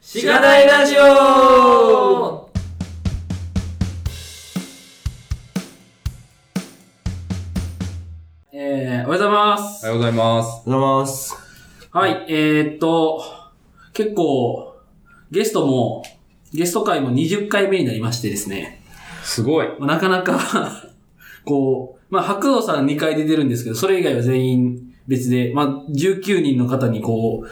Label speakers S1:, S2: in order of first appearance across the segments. S1: しがないラジオえー、おはようございま
S2: お
S1: す。
S2: はようございます。
S3: おはようございます。
S1: はい、えー、っと、結構、ゲストも、ゲスト回も20回目になりましてですね、
S2: すごい。
S1: まあなかなか、 こう、まあ、白道さん2回出てるんですけど、それ以外は全員別で、まあ、19人の方にこう、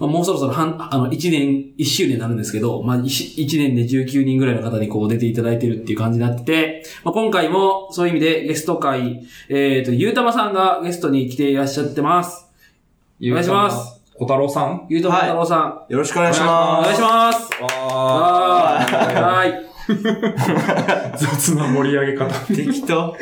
S1: まあもうそろそろ半、あの、1年、1周年になるんですけど、まあ1、1年で19人ぐらいの方にこう出ていただいてるっていう感じになってて、まあ、今回もそういう意味でゲスト会、えー、と、ゆうたまさんがゲストに来ていらっしゃってます。お願いします。
S2: 小太郎さん
S1: ゆうとも太郎さん、
S3: よろしくお願いし
S1: お
S3: ま
S1: 願いし
S3: す。
S1: ます。
S2: わ
S1: はーい。
S2: ー。雑な盛り上げ方。
S3: 適当。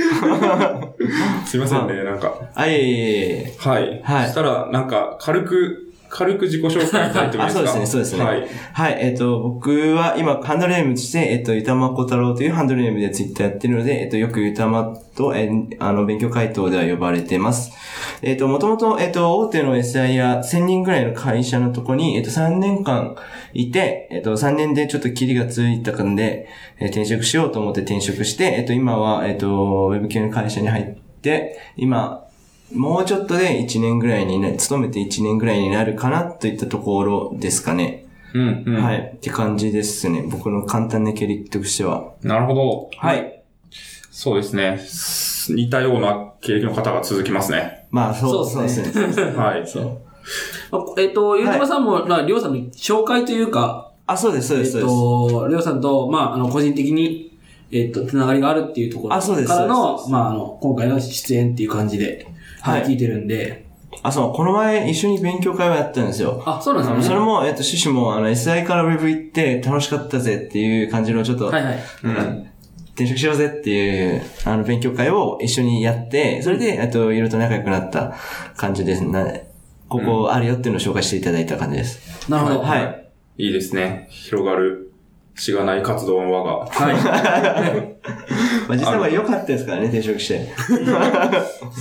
S2: すいませんね、なんか。
S3: あ、いえいえいえ
S2: はい。
S3: はい
S2: そしたら、なんか、軽く、軽く自己紹介いただいてもいいですか
S3: あ そうですねそうですね
S2: はい。
S3: はい、えっ、と、僕は今、ハンドルネームとして、えっ、と、ゆたまこたろうというハンドルネームでツイッターやってるので、えっ、と、よくゆたまと、えーあの、勉強回答では呼ばれてます。えっ、と、もともと、えっ、と、大手の SI や1000人ぐらいの会社のとこに、えっ、と、3年間いて、えっ、と、3年でちょっとキリがついたかんで、えー転職しようと思って転職して、えっ、と、今は、えっ、と、ウェブ系の会社に入って、今、もうちょっとで1年ぐらいにな、勤めて1年ぐらいになるかなといったところですかね。
S2: うん、うん。
S3: はい。って感じですね。僕の簡単なキャリとしては。
S2: なるほど。
S3: はい。
S2: そうですね。す似たような経歴の方が続きます ね。
S3: まあ、そう
S1: そうっすね
S3: そうですね。
S2: はい。
S3: そう。
S1: まあえっ、と、ゆうたまさんも、まありょうさんの紹介というか、
S3: あ、そうです、そう
S1: えっ、
S3: です、そうです。
S1: と、りょうさんと、まあ、あの、個人的に、えっ、と、つながりがあるっていうところ
S3: あそうです
S1: から
S3: そうで
S1: の、
S3: す
S1: まあ、あの、今回の出演っていう感じで、は
S3: はい
S1: い、聞いてるんで、
S3: あ、そう、この前一緒に勉強会をやったんですよ。
S1: あ、そうな
S3: あ
S1: ん
S3: の
S1: です
S3: それ
S1: ね。
S3: も、えっと、趣旨も、あの、SI から Web 行って楽しかったぜっていう感じの、ちょっと、
S1: はいはい。
S2: うん。
S3: 転職しようぜっていう、あの、勉強会を一緒にやって、それで、えっと、いろいろと仲良くなった感じです。なここあるよっていうのを紹介していただいた感じです。
S1: なるほど。
S3: はい。
S2: いいですね。広がる、しがない活動の輪
S1: は
S2: が。
S1: い。
S3: まあ、実際は良かったですからね、転職して。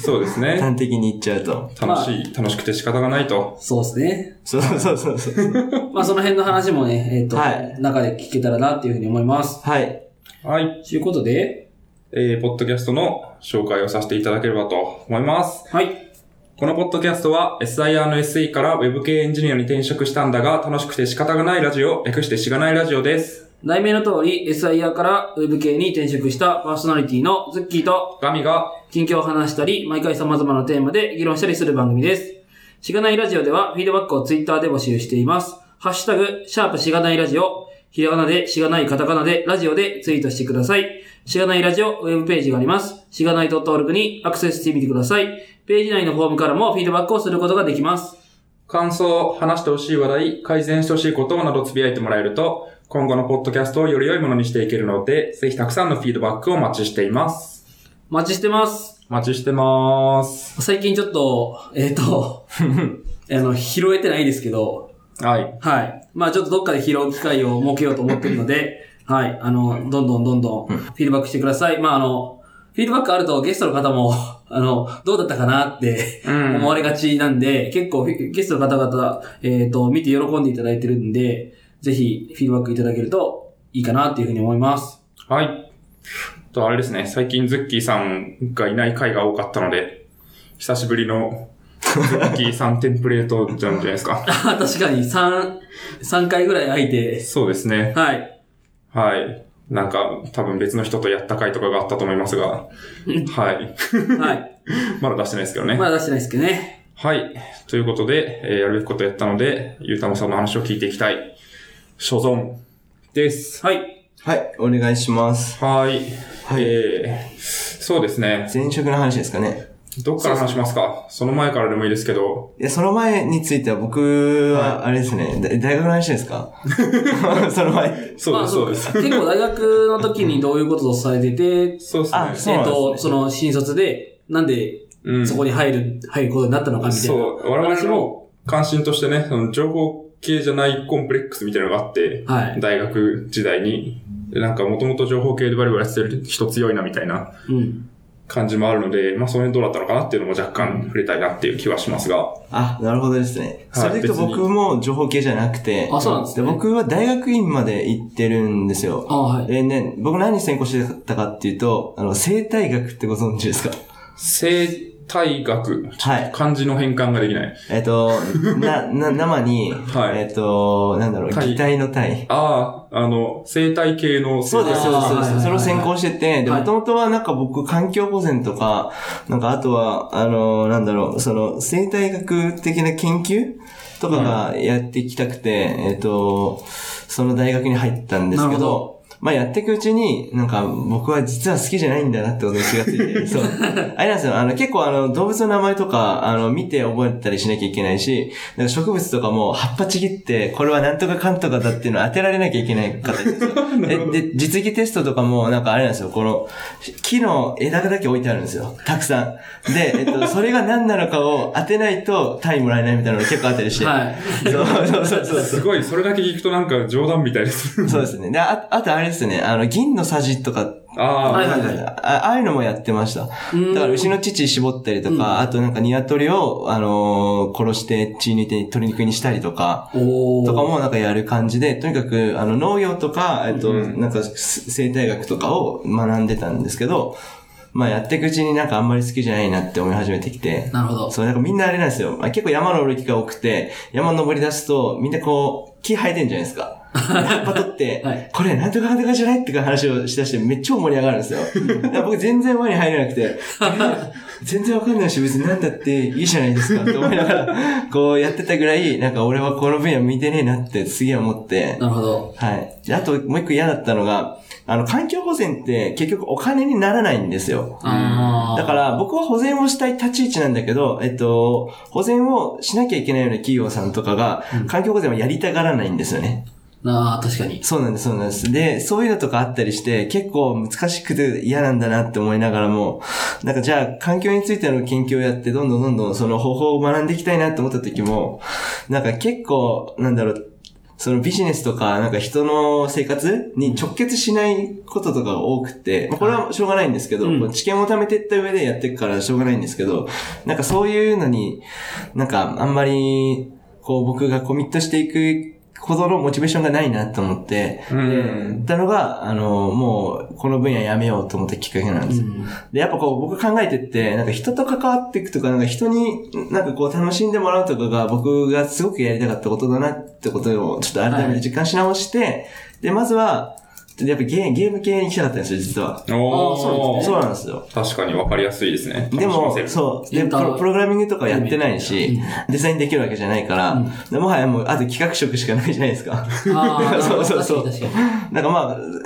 S2: そうです ね。
S3: 端的に言っちゃうと。
S2: 楽しい、楽しくて仕方がないと。
S1: そうですね。
S3: そうそうそうそう。
S1: まあ、その辺の話もね、えっ、と、
S3: はい
S1: 中で聞けたらなっていうふうに思います。
S3: はい。
S2: はい。
S1: ということで、
S2: えー、ポッドキャストの紹介をさせていただければと思います。
S1: はい。
S2: このポッドキャストは SIR の SE から Web 系エンジニアに転職したんだが楽しくて仕方がないラジオ、略してしがないラジオです。
S1: 題名の通り、SIR からウェブ系に転職したパーソナリティのズッキーと、
S2: ガミが、
S1: 近況を話したり、毎回様々なテーマで議論したりする番組です。しがないラジオでは、フィードバックをツイッターで募集しています。ハッシュタグ、シャープしがないラジオ、ひらがなで、しがないカタカナで、ラジオでツイートしてください。しがないラジオ、ウェブページがあります。しがない .org にアクセスしてみてください。ページ内のフォームからもフィードバックをすることができます。
S2: 感想、話してほしい話題、改善してほしいことなどつぶやいてもらえると、今後のポッドキャストをより良いものにしていけるので、ぜひたくさんのフィードバックをお待ちしています。
S1: お待ちしてます。
S2: お待ちしてまーす。
S1: 最近ちょっと、えっ、と、あの、拾えてないですけど、
S2: はい。
S1: はい。まあちょっとどっかで拾う機会を設けようと思ってるので、 はい。あの、どんどんどんどんフィードバックしてください。まああの、フィードバックあるとゲストの方も、 あの、どうだったかなって
S2: うん
S1: 思われがちなんで、結構フィゲストの方々、えっ、と、見て喜んでいただいてるんで、ぜひフィードバックいただけるといいかなっていうふうに思います。
S2: はい。と、あれですね、最近ズッキーさんがいない回が多かったので、久しぶりのズッキーさんテンプレートじゃんじゃないですか。
S1: 確かに3、3回ぐらい空いて、
S2: そうですね。
S1: はい。
S2: はい。なんか、多分別の人とやった回とかがあったと思いますが、はい。
S1: はい。
S2: まだ出してないですけどね。
S1: まだ出してないですけどね。
S2: はい。ということで、えーやるべきことやったので、ゆうたもさんの話を聞いていきたい。所存です。
S1: はい。
S3: はい、お願いします。
S2: はい。
S3: はい
S2: えー、そうですね。
S3: 前職の話ですかね。
S2: どっから話しますかその前からでもいいですけど、
S3: いや、その前については僕は、あれですね、だ大学の話で すかその前。
S2: そうです、そうです。
S1: まあ結構大学の時にどういうことをされてて、
S2: そうですね。
S3: あそう
S1: え
S3: な
S1: っ
S3: んで
S1: と、
S3: すね
S1: その新卒で、なんで
S2: うん
S1: そこに入る、入ることになったのかみたいな。
S2: そう、我々
S1: 私も、
S2: の関心としてね、その情報系じゃないコンプレックスみたいなのがあって、
S1: はい。
S2: 大学時代に、なんかもともと情報系でバリバリしてる人強いなみたいな
S1: うん。
S2: 感じもあるので、まあ、それどうだったのかなっていうのも若干触れたいなっていう気はしますが。
S3: あ、なるほどですね。
S2: はい
S3: それでいくと
S2: 別に
S3: 僕も情報系じゃなくて、
S1: あそうなんですね
S3: 僕は大学院まで行ってるんですよ。
S1: あはい。
S3: えーね、僕何専攻してたかっていうと、あの、生態学ってご存知ですか
S2: 生態学。
S3: はい。
S2: 漢字の変換ができない。
S3: えっ、と、な、な、生に、
S2: はい
S3: えっ、と、なんだろう、
S2: 体
S3: 擬態の体。
S2: ああ、あの、生態系の
S3: そうです、そうです、そうで
S1: あー
S3: す。それを専攻してて、で、
S1: はい
S3: もともとはなんか僕、環境保全とか、なんかあとは、あの、なんだろう、その、生態学的な研究とかがやっていきたくて、えっ、と、その大学に入ったんです
S1: な
S3: け
S1: るほ
S3: ど、
S1: ど
S3: まあやっていくうちに、なんか僕は実は好きじゃないんだなってことに気がつい て、そう。あれなんですよ、あの結構あの動物の名前とか、あの見て覚えたりしなきゃいけないし、なんか植物とかも葉っぱちぎって、これはなんとかかんとかだっていうのを当てられなきゃいけない形で すよ。でで、実技テストとかも、なんかあれなんですよ、この、木の枝だけ置いてあるんですよ。たくさん。で、えっと、それが何なのかを当てないと単位もらえないみたいなのが結構あったりして。
S1: はい。
S3: そうそうそうそう。
S2: すごい、それだけ聞くとなんか冗談みたいです。
S3: そうですね。で、ああとあれですね、あの、銀のさじとか、
S2: ああ、
S1: はいはいはい
S3: あああいうのもやってました。だ
S1: うん
S3: から、牛の乳絞ったりとか、あとなんか鶏を、あのー殺して血抜いて鶏肉にしたりとか、
S1: おー
S3: とかもなんかやる感じで、とにかく、あの、農業とか、えっと、
S2: うん
S3: なんかす生態学とかを学んでたんですけど、まあやっていくうちになんかあんまり好きじゃないなって思い始めてきて、
S1: なるほど。
S3: そう、なんかみんなあれなんですよ。まあ、結構山の登る機が多くて、山登り出すと、みんなこう、木生えてんじゃないですか。葉っぱ取って、
S1: はい
S3: これなんとかなんとかじゃないっていう話をしだしてめっちゃ盛り上がるんですよ。だから僕全然輪に入れなくて、全然わかんないし別になんだっていいじゃないですかって思いながら、こうやってたぐらい、なんか俺はこの分野向いてねえなってすげえ思って、
S1: なるほど。
S3: はい。であともう一個嫌だったのが、あの、環境保全って結局お金にならないんですよ。
S1: あー
S3: だから、僕は保全をしたい立ち位置なんだけど、えっと、保全をしなきゃいけないような企業さんとかが、環境保全をやりたがらないんですよね。
S1: なあ、確かに。
S3: そうなんです、そうなんです。で、そういうのとかあったりして、結構難しくて嫌なんだなって思いながらも、なんかじゃあ、環境についての研究をやって、どんどんどんどんその方法を学んでいきたいなって思った時も、なんか結構、なんだろう、そのビジネスとか、なんか人の生活に直結しないこととかが多くて、まあこれはしょうがないんですけど、
S1: うん
S3: こう知見を貯めていった上でやっていくからしょうがないんですけど、なんかそういうのに、なんかあんまり、こう僕がコミットしていくほどのモチベーションがないなと思って、
S2: うん
S3: で言ったのが、あの、もうこの分野やめようと思ったきっかけなんですよ。で、やっぱこう僕考えてって、なんか人と関わっていくとか、なんか人になんかこう楽しんでもらうとかが僕がすごくやりたかったことだなってことをちょっと改めて実感し直して、で、まずは、やっぱゲーゲーム系に行きたかったんですよ、実は。
S2: お
S1: あーそうなん
S2: ー
S1: ですね
S3: そうなんですよ。
S2: 確かに分かりやすいですね。楽
S3: で
S2: しま
S3: も
S2: せ、る
S3: そう。で
S1: エンタ
S3: プ
S1: ー
S3: ロ、プログラミングとかやってないし、デザインできるわけじゃないから、
S1: うん
S3: でもはやもう、あと企画職しかないじゃないですか。
S1: ああ、
S3: そうそうそう
S1: 確かに確かに。
S3: なんかま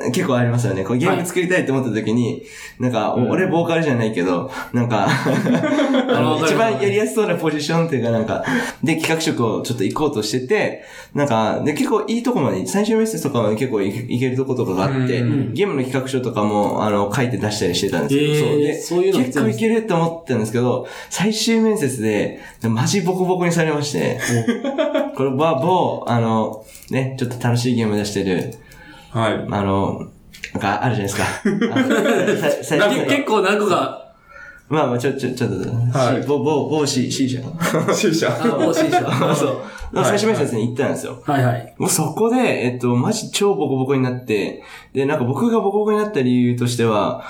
S3: あ、結構ありますよね。こうゲーム作りたいと思った時に、なんか、お俺ボーカルじゃないけど、な んか、あ
S1: わ
S3: の、
S1: かる
S3: 一番やりやすそうなポジションっていうかなんか、で、企画職をちょっと行こうとしてて、なんか、で、結構いいとこまで、最終面接とかまで結構いいけるとことかがあって、
S2: うん
S3: ゲームの企画書とかも、あの、書いて出したりしてたんですけど、
S1: えー
S3: そうで、
S1: そういうの
S3: 結構いけると思ってたんですけど、最終面接で、マジボコボコにされまして、これは某、あの、ね、ちょっと楽しいゲーム出してる、
S2: はい。
S3: あの、なんかあるじゃ ないですか。あのさ最
S1: なん
S3: 近
S1: か結構何個か、
S3: まあまあ、ちょ、ちょ、ちょっと、
S2: はい
S3: し某、某、某 C、C 社。
S2: C 社。
S1: あの、惜しいでしょ。
S3: そう。最初面接に行ったんですよ。
S1: はいはい。
S3: もうそこで、えっと、マジ超ボコボコになって、で、なんか僕がボコボコになった理由としては、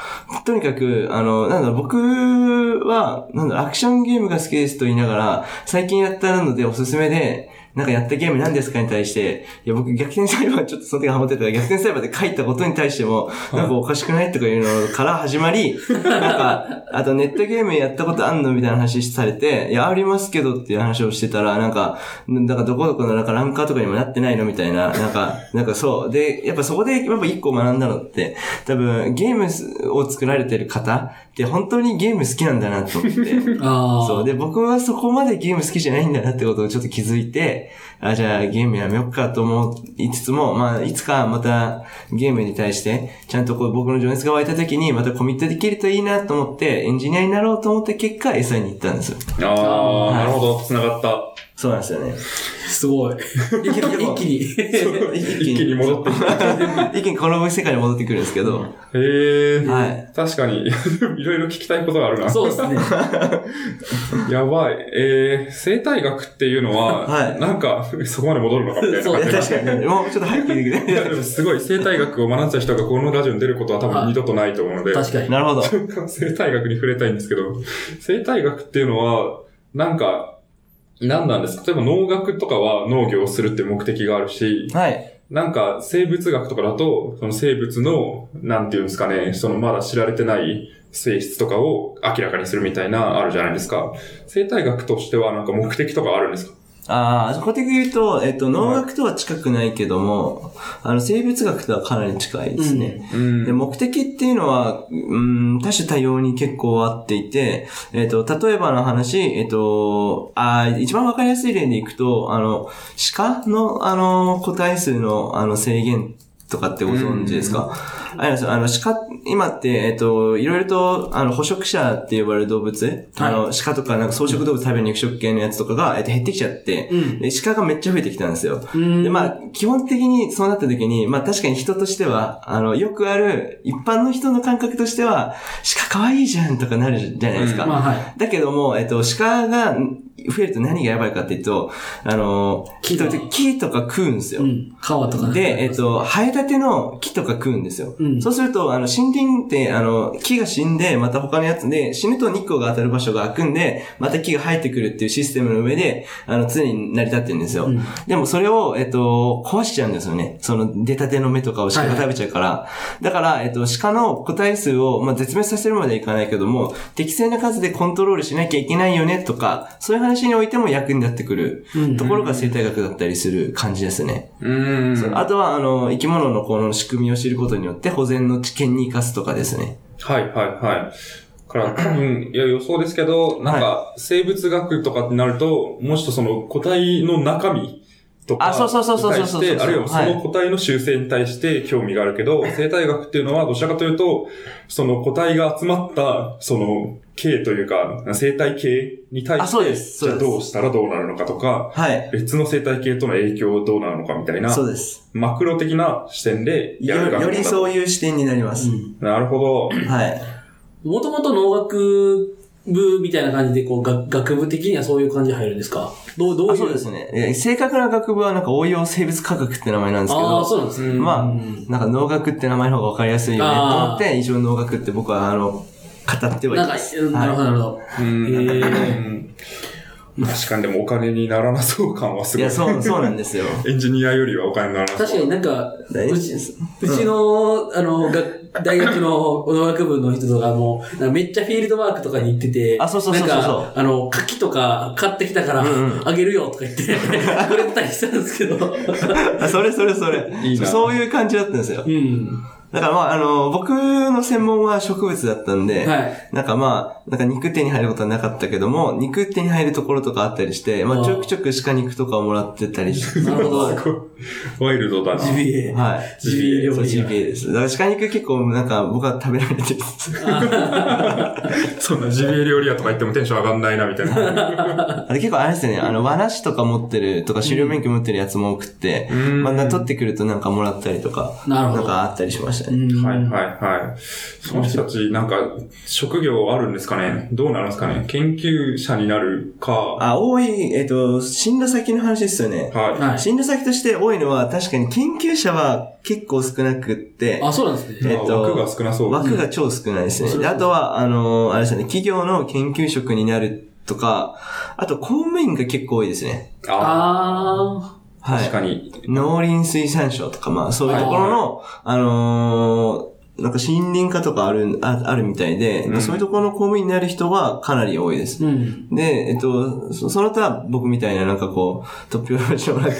S3: とにかく、あの、なんだろう、僕は、なんだろう、アクションゲームが好きですと言いながら、最近やったのでおすすめで、なんかやったゲーム何ですかに対して、いや僕逆転裁判ちょっとその時ハマってたから逆転裁判で書いたことに対しても、なんかおかしくないとかいうのから始まり、なんか、あとネットゲームやったことあんのみたいな話されて、いや、ありますけどっていう話をしてたら、なんか、なんかどこどこのなんかランカーとかにもなってないのみたいな、なんか、なんかそう。で、やっぱそこでやっぱ一個学んだのって、多分ゲームを作られてる方って本当にゲーム好きなんだなと思って。
S1: ああ。
S3: そう。で、僕はそこまでゲーム好きじゃないんだなってことをちょっと気づいて、あ、じゃあゲームやめよっかと思いつつも、まあ、いつかまたゲームに対して、ちゃんとこう僕の情熱が湧いた時にまたコミットできるといいなと思って、エンジニアになろうと思った結果、SI に行ったんですよ。
S2: ああ、なるほど。繋がった。
S3: そうなんですよね。
S1: すごい。一気に、一気に。
S3: 一
S2: 一気に戻ってきた。
S3: 一気にこの世界に戻ってくるんですけど、
S2: へえ。
S3: はい。
S2: 確かに、い ろいろ聞きたいことがあるな。
S1: そうですね。
S2: やばい。えー、生態学っていうのは、
S3: はい
S2: なんか、 そこまで戻るのかみたいな
S1: そ
S2: 感
S1: う
S2: じ
S3: いや
S2: が。
S3: 確かに、もうちょっと早く言 って
S2: い
S3: く
S2: や、でもすごい、生態学を学んだ人がこのラジオに出ることは多分二度とないと思うので、
S1: 確か
S3: れ。
S1: に。
S3: なるほど。は
S2: 生態学に触れたいんですけど、生態学っていうのは、なんか、何なんですか例えば農学とかは農業をするって目的があるし、
S3: い。
S2: なんか生物学とかだと、その生物の、なんていうんですかね、そのまだ知られてない性質とかを明らかにするみたいな、あるじゃないですか。生態学としてはなんか目的とかあるんですか
S3: ああ、そこで言うと、えっと、農学とは近くないけども、あの、生物学とはかなり近いですね。
S2: うん
S3: で、目的っていうのは、うん、多種多様に結構あっていて、えっ、と、例えばの話、えっ、と、あー一番わかりやすい例でいくと、あの、鹿の、あの、個体数の、あの、制限とかってご存知ですか、あれなんですよあの、鹿、今って、えっ、と、いろいろと、あの、捕食者って呼ばれる動物、あの、鹿とか、なんか草食動物食べる肉食系のやつとかが、えっ、と、減ってきちゃって、
S1: うん。
S3: で鹿がめっちゃ増えてきたんですよ。
S1: うん
S3: で、まあ、基本的にそうなった時に、まあ確かに人としては、あの、よくある、一般の人の感覚としては、鹿可愛いじゃんとかなるじゃないですか。
S1: まあ、はい。
S3: だけども、えっと、鹿が増えると何がやばいかっていうと、あの、
S1: 木
S3: 木
S1: が
S3: と木とか食うんですよ。
S1: うん。川とかね
S3: で、えっ、と、生えたての木とか食うんですよ。
S1: うん
S3: そうすると、あの、森林って、あの、木が死んで、また他のやつで、死ぬと日光が当たる場所が開くんで、また木が生えてくるっていうシステムの上で、あの、常に成り立ってるんですよ。
S1: うん
S3: でもそれを、えっと、壊しちゃうんですよね。その出たての芽とかを鹿が食べちゃうから。だから、えっと、鹿の個体数を、まあ、絶滅させるまではいかないけども、適正な数でコントロールしなきゃいけないよねとか、そういう話においても役に立ってくる
S1: うん
S3: ところが生態学だったりする感じですね。
S2: うん。
S3: そうあとは、あの、生き物のこの仕組みを知ることによって保全の知見に生かすとかですね。
S2: はいはいはい。から、多分、いや予想ですけど、なんか、生物学とかってなると、もうちょっとその個体の中身とか
S3: あそうそうそうそうそうそう
S2: に対してあるいはそ
S3: はい
S2: の個体の修正に対して興味があるけど、生態学っていうのはどちらかというと、その個体が集まった、その、系というか、生態系に対
S3: あそう
S2: して、
S3: です
S2: じ
S3: そう
S2: ゃあ
S3: です
S2: どうしたらどうなるのかとか、
S3: はい。
S2: 別の生態系との影響どうなるのかみたいな、
S3: そうです。
S2: マクロ的な視点でや
S3: よ
S2: る。
S3: よりそうういう視点になります。
S2: なるほど。
S3: はい。
S1: もともと農学部みたいな感じで、こう、が学部的にはそういう感じで入るんですかどう、どうい
S3: あ
S1: う。
S3: そうですね。え正確な学部はなんか応用生物科学って名前なんですけ
S1: ああ、
S3: ど、
S1: そうなんですね。
S3: まあ
S1: うん
S3: なんか農学って名前の方がわかりやすいよねと思って、一応農学って僕はあの、語ってはい
S1: なん
S3: ま
S1: か、
S3: す。
S1: うんなるほど、なるほど。
S2: うん
S1: へ
S2: 確かにでもお金にならなそう感はす
S3: い
S2: ごい
S3: や、。そう、そうなんですよ。
S2: エンジニアよりはお金にならなそう。
S1: 確かになんか、
S3: 大
S1: う
S3: 事
S1: ち
S3: です
S1: うちの、あの、が大学の農学部の人とかも、なんかめっちゃフィールドワークとかに行ってて、
S3: あそうそうそうそ
S1: な
S3: う
S1: んか、あの、柿とか買ってきたから
S3: うんう、
S1: あげるよとか言 って、くれてたりしたんですけど。
S3: あ それそれそれ。
S2: いいな
S3: そういう感じだったんですよ
S1: う。ん。
S3: だからまあ、あの、僕の専門は植物だったんで、
S1: はい。
S3: なんかまあ、なんか肉手に入ることはなかったけども、肉手に入るところとかあったりして、
S1: あ
S3: まあ
S1: ー
S3: ちょくちょく鹿肉とかをもらってたりして。
S1: なるほ ど。
S2: ごいワイルドだな。
S1: GBA。
S3: はい。
S1: GBA 料
S3: そう
S1: 理。
S3: GPA です。だから鹿肉結構なんか僕は食べられてるんです。
S2: そんなジビエ料理屋とか行ってもテンション上がんないな、みたいな。
S3: あれ結構あれですよね、あの、和なしとか持ってるとか狩猟免許持ってるやつも多くって、
S2: うん
S3: まあ、取ってくるとなんかもらったりとか、
S1: なるほど
S3: んかあったりしました
S1: う
S3: ね。
S1: ん
S2: はいはいはい。その人たち、なんか、職業あるんですかねどうなるんですかね研究者になるか。は
S3: あ、多い、えっ、と、進路先の話ですよね。
S1: はい
S3: 進路先として多いのは確かに研究者は結構少なくって、
S1: あ、そうなんです
S2: い。
S1: ね。
S3: えっと
S2: 枠が少なそう。
S3: 枠が超少ないです
S1: うん
S3: ね。であとは、あのーあれですね、企業の研究職になるとか、あと公務員が結構多いですね。
S2: あ
S1: あ
S2: あ、
S3: はい
S2: 確。かに。
S3: 農林水産省とか、まあ、そういうところの、あのーなんか森林化とかある、ああるみたいで、
S2: うん
S3: そういうところの公務員になる人はかなり多いです。
S1: ー。うん。
S3: で、えっと、そその他、僕みたいな、なんかこう、突拍子もな く、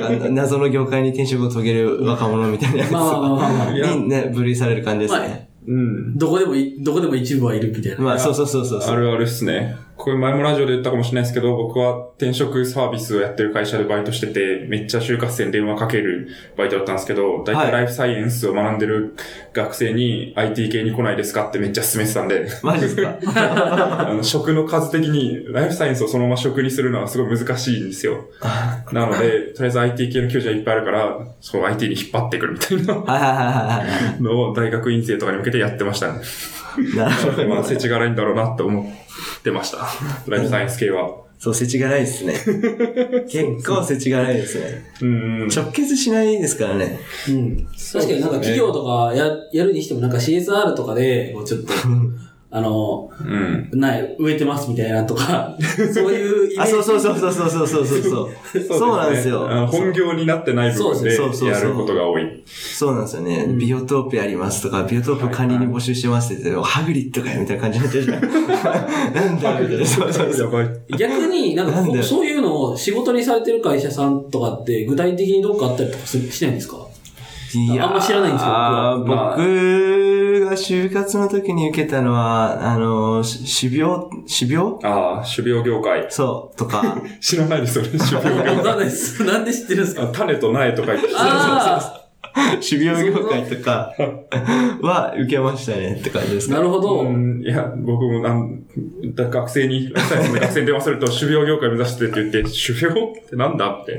S3: なんか、謎の業界に転職を遂げる若者みたいなやつ
S1: まあまあまあまあまあ。
S2: いや
S3: にね、分類される感じですね。
S2: うん。
S1: どこでもい、どこでも一部はいるみたいな。
S3: まあ、そうそうそうそうそう。
S2: あるあるっすね。これ前もラジオで言ったかもしれないですけど、僕は転職サービスをやってる会社でバイトしてて、めっちゃ就活生に電話かけるバイトだったんですけど、大
S3: はい
S2: 体ライフサイエンスを学んでる学生に IT 系に来ないですかってめっちゃ勧めてたん で、
S3: マジで すか
S2: あの職の数的にライフサイエンスをそのまま職にするのはすごい難しいんですよ。なので、とりあえず IT 系の教授はいっぱいあるから、そう IT に引っ張ってくるみたいな
S3: はいはいはいはいは
S2: のを大学院生とかに向けてやってましたね。
S3: い。なるほ ど。
S2: まあ、世知辛いんだろうなって思ってました。 ライフサイエンス系は。
S3: そう、世知辛 いですね。結構世知辛いですね。
S2: うんうん。
S3: 直結しないですからね。
S1: うん。確かになんか企業とかややるにしてもなんか CSR とかで、こうちょっと、あの、
S2: うん。
S1: 苗植えてますみたいなとか、そういうイメー
S3: あ、
S1: ジ。
S3: そうそうそうそうそうそうそうそう。そうなんですよ
S2: あ。の本業になってない部分で
S3: そうそうそうそう
S2: やることが多い。
S3: そうなんですよね
S1: う。ん
S3: ビオトープやりますとか、ビオトープ管理に募集してますって言って、ハグリッドかよみたいな感じになってるじゃん。 なんだよみたいな。そうそうそう。
S2: やばい。
S1: 逆になんか
S3: なん
S1: こ
S3: で
S1: うそういうのを仕事にされてる会社さんとかって具体的にどっかあったりとかするしないんですか
S3: いやー
S1: あんま知らないんですよ僕は
S3: 僕
S2: まあ
S3: が就活の時に受けたのは、あの、し種苗、種苗
S2: ああ、種苗業界。
S3: そう、と か。
S2: 知らないですよね、種 苗
S1: わ
S2: 業
S1: かん
S2: 界
S1: ないです。なんで知ってるんですか
S2: あ。種と苗とか言って。
S1: あ
S3: 種苗業界とかは受けましたねって感じです
S1: あ、な
S3: か。
S1: るほど。
S2: うんいや、僕もなんだ学生に、ライフサイエンスの学生に電話すると、種苗業界目指してって言って、種苗ってなんだって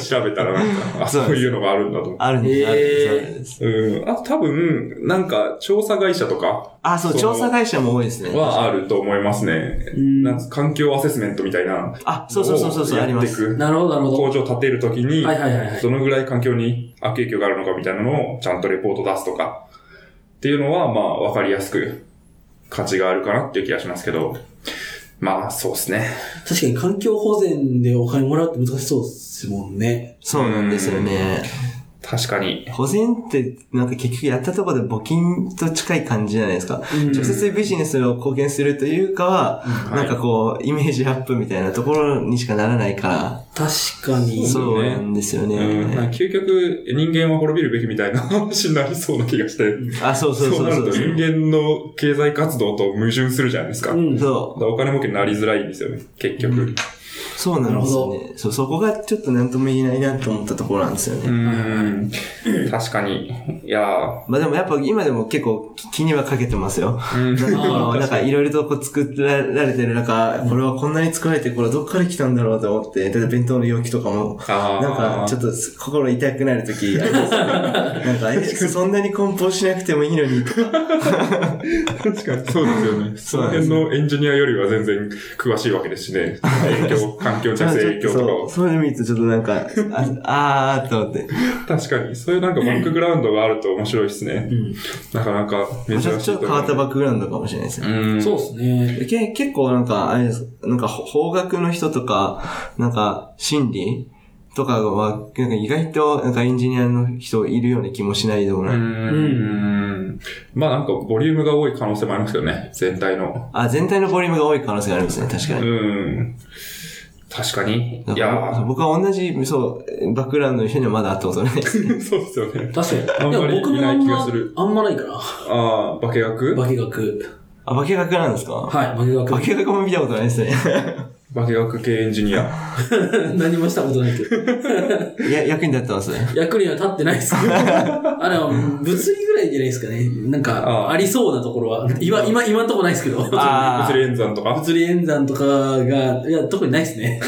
S2: 調べたらなんか、あ、
S3: そう
S2: そ
S3: なんです
S2: ういうのがあるんだと思って。
S3: あるんです、あるんです
S1: へー
S3: あるんです。
S2: うん。あと多分、なんか、調査会社とか
S3: あ、そう、
S2: そう
S3: 調査会社も多いですね。
S2: はあると思いますね。
S1: うん
S2: なんか環境アセスメントみたいな。
S3: あ、そうそうそうそうそう、ありま
S2: や
S3: す。
S2: っていく
S1: なるほど、なるほ
S2: 工
S1: ど。
S2: 場を建てるときに、
S1: はいはいはいはい
S2: どのぐらい環境に悪影響があるのかみたいなのをちゃんとレポート出すとか、っていうのは、まあ、わかりやすく価値があるかなっていう気がしますけど、まあ、そうですね。
S1: 確かに環境保全でお金もらうって難しそうですもんね。
S3: そうなんですよね。
S2: 確かに。
S3: 保全って、なんか結局やったところで募金と近い感じじゃないですか。
S1: うん
S3: 直接ビジネスを貢献するというかは、
S2: ん
S3: なんかこう、イメージアップみたいなところにしかならないか
S1: 確か
S3: ら、
S1: に。
S3: そう
S2: うね
S3: なんですよね。
S2: うん。なんか究極、人間は滅びるべきみたいな話になりそうな気がして、
S3: あ、そうそう
S2: そう
S3: そう
S2: な
S3: そ
S2: ると
S3: う。
S2: 人間の経済活動と矛盾するじゃないですか。
S1: う
S2: だか
S1: ん。
S3: そう。
S2: らお金儲けになりづらいんですよね、結局。
S1: うん
S3: そうなんですよ
S1: な
S3: ね。そう、そこがちょっと何とも言えないなと思ったところなんですよね。
S2: うん。確かに。いや
S3: まあでもやっぱ今でも結構気にはかけてますよ。
S2: ーうん
S3: あの
S1: あ
S3: なんかいろいろとこう作られてる中、これはこんなに作られて、これどっから来たんだろうと思って、例えば弁当の容器とかも、
S2: あー
S3: なんかちょっと心痛くなるときあります ね。なんか、え、そんなに梱包しなくてもいいのにとか。
S2: 確かにそうですよ ね。その辺のエンジニアよりは全然詳しいわけですしね。影 響、環境に対する影響とか
S3: そう、
S2: を。
S3: そういう意味とちょっとなんか、ああーっと思って。
S2: 確かに、そういうなんかバックグラウンドがあると面白いですね。なかなか珍
S3: め
S2: し
S3: ちゃく
S2: い
S3: ち
S2: と
S3: ゃ
S2: 思う。
S3: 変わったバックグラウンドかもしれないですね。
S2: うん。
S1: そうですね。
S3: け結構なんか、あれです、なんかほ、邦楽の人とか、なんか、心理とかは、なんか意外と、なんかエンジニアの人いるような気もしないでも
S2: う
S3: ない。
S2: ん。まあなんかボリュームが多い可能性もありますけどね。全体の。
S3: あ、全体のボリュームが多い可能性がありますね、確か
S2: う
S3: に。
S2: ん。確かに。
S3: なん
S2: い
S3: か
S2: やー
S3: 僕は同じ、そう、バックグラウンドの人にはまだ会ったことないで すね。
S2: そうですよね。
S1: 確かに。
S2: あんまり
S1: でも僕もあん
S2: いない気
S1: ま
S2: がする
S1: あんまないから。
S2: ああ、化学
S1: 化学。
S3: あ、化学なんですか
S1: はい、化
S3: 化
S1: 学。
S3: 学も見たことないですね。
S2: 化学系エンジニア。
S1: 何もしたことないけど。
S3: や、役に立ってます
S1: 役には立ってないです けど。あ、でも、物理ぐらいじゃないですかね。なん
S2: あ
S1: か、
S2: あ
S1: ありそうなところは。今、今、今んとこないですけど。
S3: あー
S2: 物理演算とか。
S1: 物理演算とかが、いや、特にないですね。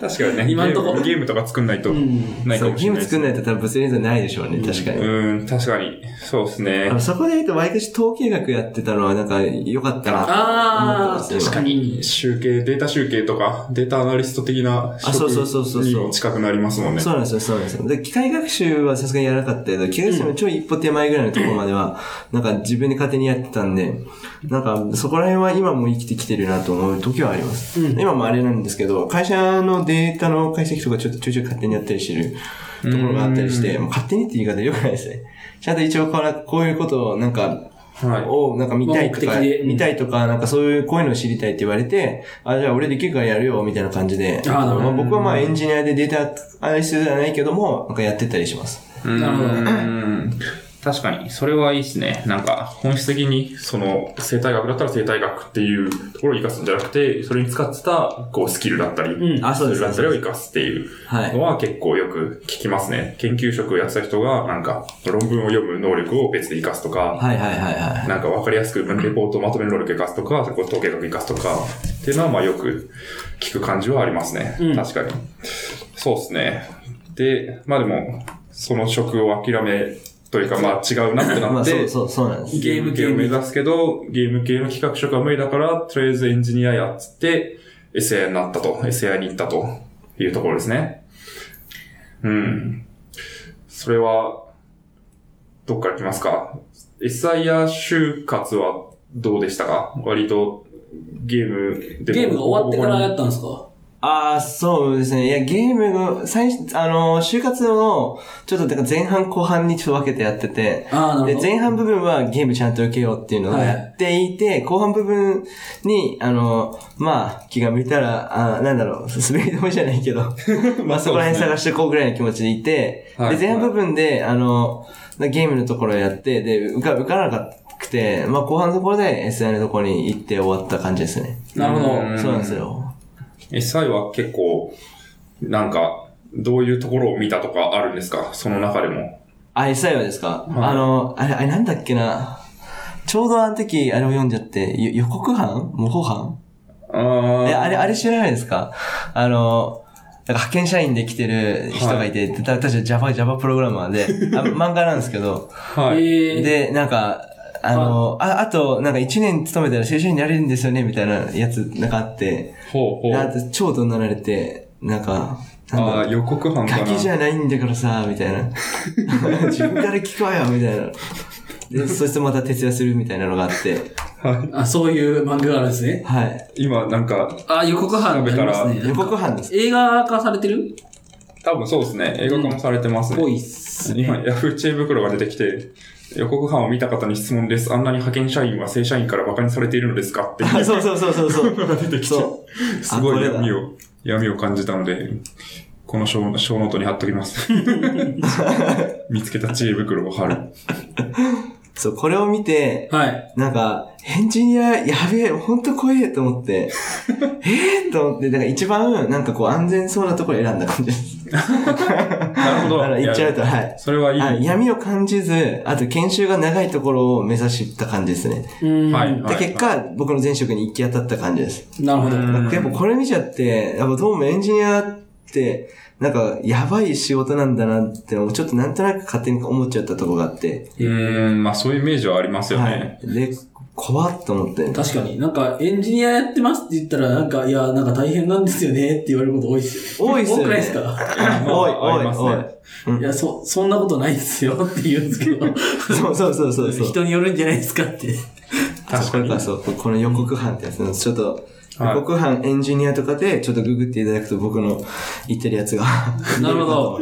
S2: 確かにね。
S1: 今んとこ
S2: ゲームゲームとか作んないと
S1: うん
S2: ないか
S3: そう、
S2: もしれ
S3: 義
S2: ない
S3: 務
S2: です
S3: 作んないと多分物理演算ないでしょうね、確かに。
S2: うん、確かに。そうですね
S3: あの。そこで言うと、毎年統計学やってたのは、なんか、良かったなって思って
S1: あ
S3: ま
S1: あ、
S3: すね。
S1: 確かに。
S2: 集計、データ集計とか、データアナリスト的な職
S3: そうそうそうそう
S2: にも近くなりますもんね。
S3: そうなんですよ、そうなんですよ。で、機械学習はさすがにやらなかったけど、機械学習のちょい一歩手前ぐらいのところまでは、なんか自分で勝手にやってたんで、なんかそこら辺は今も生きてきてるなと思う時はあります。
S1: うん
S3: 今もあれなんですけど、会社のデータの解析とかちょっとちょいちょい勝手にやったりしてるところがあったりして、もう勝手にって言い方良くないですね。ちゃんと一応こうこういうことをなんか、
S2: は
S3: を、なんか見たいと
S1: まあ
S3: か、
S1: 目的でうん
S3: 見たいとか、なんかそういう、こういうのを知りたいって言われて、あ、じゃあ俺できるからやるよ、みたいな感じで。
S1: あーなるほど
S3: まあ僕はまあエンジニアでデータアナリストではないけども、なんかやってたりします。
S2: い。うん
S1: なるほど
S2: うん確かに、それはいいですね。なんか、本質的に、その、生態学だったら生態学っていうところを活かすんじゃなくて、それに使ってた、こう、スキルだったり、
S1: うん
S3: あ、そうで
S2: スキル
S3: す。
S2: だったりを活かすっていう
S3: はい
S2: の。は結構よく聞きますね。研究職をやってた人が、なんか、論文を読む能力を別で活かすとか、
S3: はいはいはいはい。
S2: なんか分かりやすくレポートをまとめる能力を活かすとか、こう統計学を活かすとか、っていうのはまあよく聞く感じはありますね。
S1: うん
S2: 確かに。そうですね。で、まあでも、その職を諦めというか、まあ違うなって
S3: ま
S2: なっ
S3: あ
S2: て、
S3: そうそう、そうなんです。
S2: ゲーム系を目指すけど、ゲーム系の企画職は無理だから、とりあえずエンジニアやっつって、SI になったと、SI に行ったというところですね。うん。それは、どっから来ますか ?SI や就活はどうでしたか割と、ゲームで
S1: ゲームが終わってからやっ
S2: った
S1: んですか
S3: ああ、そうですね。いや、ゲームが、最初、あの、就活を、ちょっと、だから前半後半にちょっと分けてやってて、
S1: ああ、なる
S3: で、
S1: ほど。
S3: 前半部分はゲームちゃんと受けようっていうのをやっていて、後半部分に、あの、まあ、気が向いたら、あなんだろう、滑り止めじゃないけど、
S2: た
S3: まあ、そこら辺探してこうぐらいの気持ちでいて、
S2: はい
S3: で、前半部分で、あの、ゲームのところをやって、で、受か、受からなかったくて、まあ、後半のところで SI のところに行って終わった感じですね。
S1: なるほど。
S2: うん
S3: そうなんですよ。
S2: SI は結構、なんか、どういうところを見たとかあるんですかその中でも。
S3: あ、SI はですか、
S2: はい
S3: あの、あれ、あれなんだっけな。ちょうどあの時、あれを読んじゃって、よ予告版模倣版
S2: あ
S3: え、
S2: ー
S3: あれ、あれ知らないですかあの、なんか派遣社員で来てる人がいて、た確か Java、Java プログラマーで、あ漫画なんですけど、
S2: はい。
S1: ええ
S3: で、なんか、あの、あ、あと、なんか1年勤めたら正社員になれるんですよね、みたいなやつ、なんかあって、
S2: ほうほ
S3: あ
S2: う。
S3: と超怒鳴られて、なんか、なんだろ
S2: あ
S3: う
S2: あ、予告版か
S3: ガ
S2: な。
S3: キじゃないんだからさ、みたいな。自分から聞くわよ、みたいな。で、そしてまた徹夜するみたいなのがあって。
S2: は
S1: あ、そういう漫画があるんですね。
S3: はい。
S2: い。今、なんか、
S1: あ、予告版がありますね。
S3: 予告 班です。
S1: 映画化されてる
S2: 多分そうですね。映画化もされてます
S1: ぽ
S2: ね。
S1: いっす
S2: 今、
S1: ね。
S2: ヤフー知恵袋が出てきて、予告版を見た方に質問です。あんなに派遣社員は正社員から馬鹿にされているのですかって
S3: あそうそうそうそうそう。
S2: 出てきて、
S3: そ
S2: すご
S3: あこ
S2: い
S3: れだ
S2: 闇を、闇を感じたので、この小小ノートに貼っとき ます。見つけた知恵袋を貼る。
S3: う。そう、これを見て、
S1: はい。
S3: なんか、エンジニア、やべえ、ほんと怖えと 思って、ええと思って、だから一番、なんかこう、安全そうなところを選んだ感じです。
S2: なるほど。
S3: あの、言っちゃう
S2: い
S3: と、
S2: や
S3: はい。
S2: それはいい。
S3: あ
S2: はい
S3: 闇を感じず、あと研修が長いところを目指した感じですね。
S1: うん。
S2: はい。
S3: で、結果、僕の前職に行き当たった感じです。
S1: なるほど。
S2: うん
S3: なんかやっぱこれ見ちゃって、やっぱどうもエンジニアって、なんかやばい仕事なんだなって、ちょっとなんとなく勝手に思っちゃったとこがあって。
S2: うーん、まあそういうイメージはありますよね。
S3: はい。で、怖っと思って。
S1: 確かに。なんか、エンジニアやってますって言ったら、なんか、いや、なんか大変なんですよねって言われること多いっすよね。
S3: 多いっすよね
S1: 多くないっすか
S2: まあ
S3: おい
S2: あ
S3: お
S2: り
S3: い
S2: ます
S3: おい
S2: ね。
S1: いや、そ、そんなことないっすよって言うんですけ ど、
S3: そうそうそうそうそう。
S1: 人によるんじゃないですかって。
S2: 確か
S3: これから
S2: に。
S3: そう、この予告班ってやつなんです。ちょっと、
S2: はい
S3: 予告班エンジニアとかで、ちょっとググっていただくと僕の 言ってるやつが。
S1: なるほど。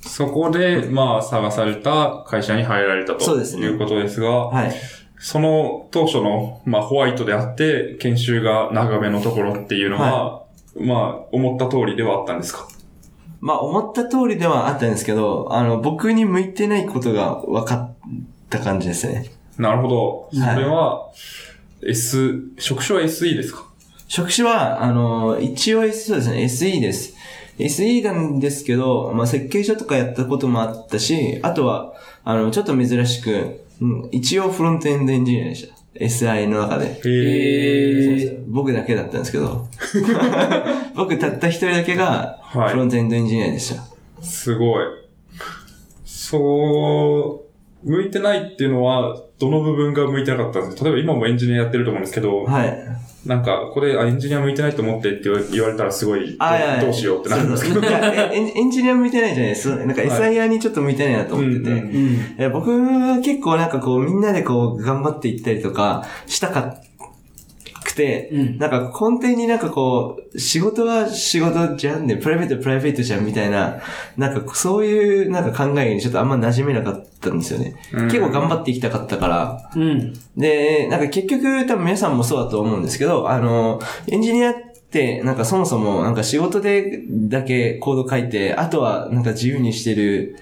S2: そこで、まあ、探された会社に入られた
S3: そ
S2: と
S3: うですね
S2: いうことですが、
S3: はい。
S2: その当初の、まあ、ホワイトであって、研修が長めのところっていうのは、まあ、思った通りではあったんですか
S3: まあ、思った通りではあったんですけど、あの、僕に向いてないことが分かった感じですね。
S2: なるほど。そ
S3: はい
S2: れは、S、職種は SE ですか
S3: 職種は、あの、一応 S そうですね、SE です。SE なんですけど、まあ、設計書とかやったこともあったし、あとは、あの、ちょっと珍しく、うん、一応フロントエンドエンジニアでした。SI の中で。
S1: へ
S3: そう
S1: ー
S3: です僕だけだったんですけど。 僕たった一人だけが、
S2: はい
S3: フロントエンドエンジニアでした。
S2: すごい。そう、向いてないっていうのは、どの部分が向いてなかったんですか例えば今もエンジニアやってると思うんですけど、
S3: はい。
S2: なんか、ここで、あ、エンジニア向いてないと思ってって言わ言われたらすごい、ど
S3: あいやいや
S2: うどうしようってなるんですけど。
S3: そうそういやえエンエンジニア向いてないじゃないですか。なんか
S2: い
S3: SIR にちょっと向いてないなと思ってて。
S2: うんうん
S1: うん。
S3: え僕は結構なんかこうみんなでこう頑張っていったりとかしたかくて、
S1: うん
S3: なんか根底になんかこう仕事は仕事じゃんね、プライベートはプライベートじゃんみたいな、なんかそういうなんか考えにちょっとあんま馴染めなかったんですよね。
S2: うん
S3: 結構頑張っていきたかったから、
S1: うん。
S3: で、なんか結局多分皆さんもそうだと思うんですけど、あの、エンジニアってなんかそもそもなんか仕事でだけコード書いて、あとはなんか自由にしてる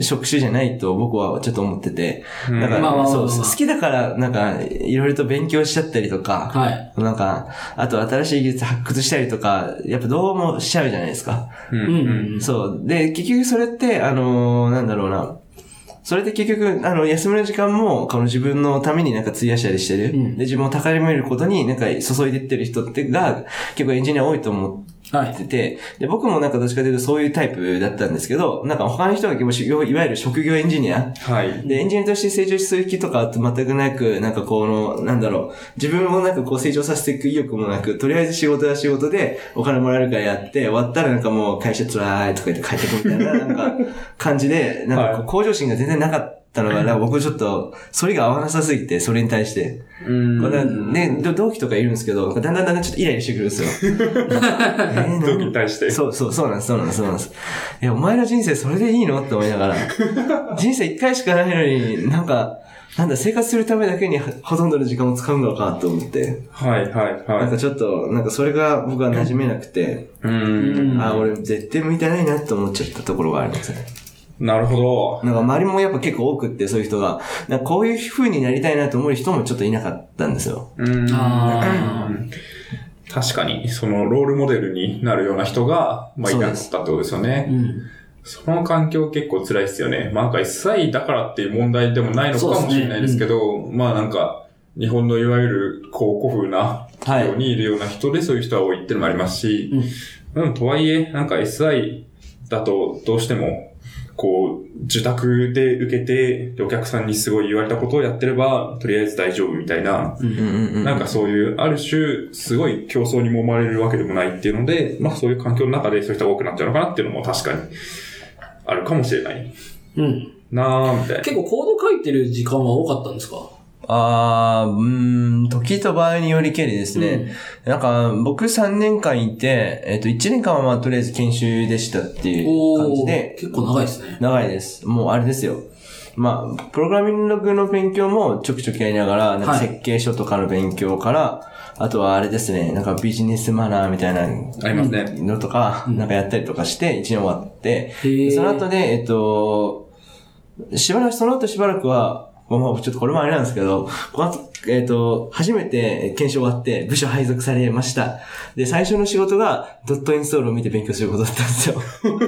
S3: 職種じゃないと僕はちょっと思ってて。
S2: うん
S3: だ
S1: ま
S3: か
S1: あまあまあ
S3: ら、
S1: まあ
S3: そう、好きだから、なんか、いろいろと勉強しちゃったりとか、
S1: はい。
S3: なんか、あと新しい技術発掘したりとか、やっぱどうもしちゃうじゃないですか。
S2: うん
S1: う
S2: うん。
S1: うんん。
S3: そう。で、結局それって、あのーなんだろうな。それで結局、あの、休みの時間も、この自分のためになんか費やしたりしてる。
S1: うん
S3: で、自分を高めることになんか注いでってる人ってが、結構エンジニア多いと思
S1: は
S3: っ
S1: い。
S3: てて、で、僕もなんかどっちかというとそういうタイプだったんですけど、なんか他の人が結構し、いわゆる職業エンジニア
S2: はい。
S3: で、エンジニアとして成長する気とかって全くなく、なんかこの、なんだろう、自分もなんかこう成長させていく意欲もなく、とりあえず仕事は仕事で、お金もらえるからやって、終わったらなんかもう会社辛いとか言って帰ってくる みたいな、なんか感じで、なんかこう向上心が全然なかったのが、なんか僕ちょっと、反りが合わなさすぎて、それに対して。
S2: うん
S3: こうなね、ど同期とかいるんですけど、なんかだんだんだんだんちょっとイライラしてくるんです よ。なんかえーなんか
S2: 同期に対して。
S3: そうそう、そうなんです、そうなんです、そうなんです。いや、お前の人生それでいいのって思いながら。 人生一回しかないのに、なんか、なんだ、生活するためだけにほとんどの時間を使うのかと思って。
S2: はいはい
S3: なん
S2: は
S3: かちょっと、なんかそれが僕は馴染めなくて、
S2: い。うん。
S1: うん
S3: あ、俺絶対向いてないなって思っちゃったところがありますね。
S2: なるほ
S3: なんか周りもやっぱ結構多くって、そういう人が、なんかこういう風になりたいなと思う人もちょっといなかったんですよ。
S2: ど。うん。
S1: あー
S2: 確かに、そのロールモデルになるような人が、まあ、いなかったってことですよね。
S1: うん。
S2: その環境結構辛いですよね。まあなんか一歳だからっていう問題でもないのかもしれないですけど、まあなんか、日本のいわゆる、こう、古風な
S3: はい
S2: 企業にいるような人でそういう人は多いっていうのもありますし、うん、とはいえ、なんか SI だとどうしても、こう、受託で受けて、でお客さんにすごい言われたことをやってれば、とりあえず大丈夫みたいな、
S1: うん。
S3: うんうんうん。
S2: なんかそういう、ある種、すごい競争に揉まれるわけでもないっていうので、まあそういう環境の中でそういう人が多くなっちゃうのかなっていうのも確かにあるかもしれない
S1: うん。
S2: なーみたい
S1: 結構コード書いてる時間は多かったんですか
S3: あー、うーん、時と場合によりけりですね。なんか、僕3年間いて、えっ、と、1年間はまあ、とりあえず研修でしたっていう感
S1: お
S3: じ
S1: お
S3: で、
S1: 結構長い ですね。
S3: 長いです。もうあれですよ。まあ、プログラミングの勉強もちょくちょくやりながら、なんか
S1: はい
S3: 設計書とかの勉強から、あとはあれですね、なんかビジネスマナーみたい
S2: な。
S3: な
S2: ありますね。
S3: のとか、なんかやったりとかして、1年終わって、
S1: へー
S3: その後で、えっと、しばらく、その後しばらくは、もうちょっとこれもあれなんですけど、この後えっ、と、初めて研修終わって部署配属されました。で、最初の仕事がドットインストールを見て勉強することだったんですよ。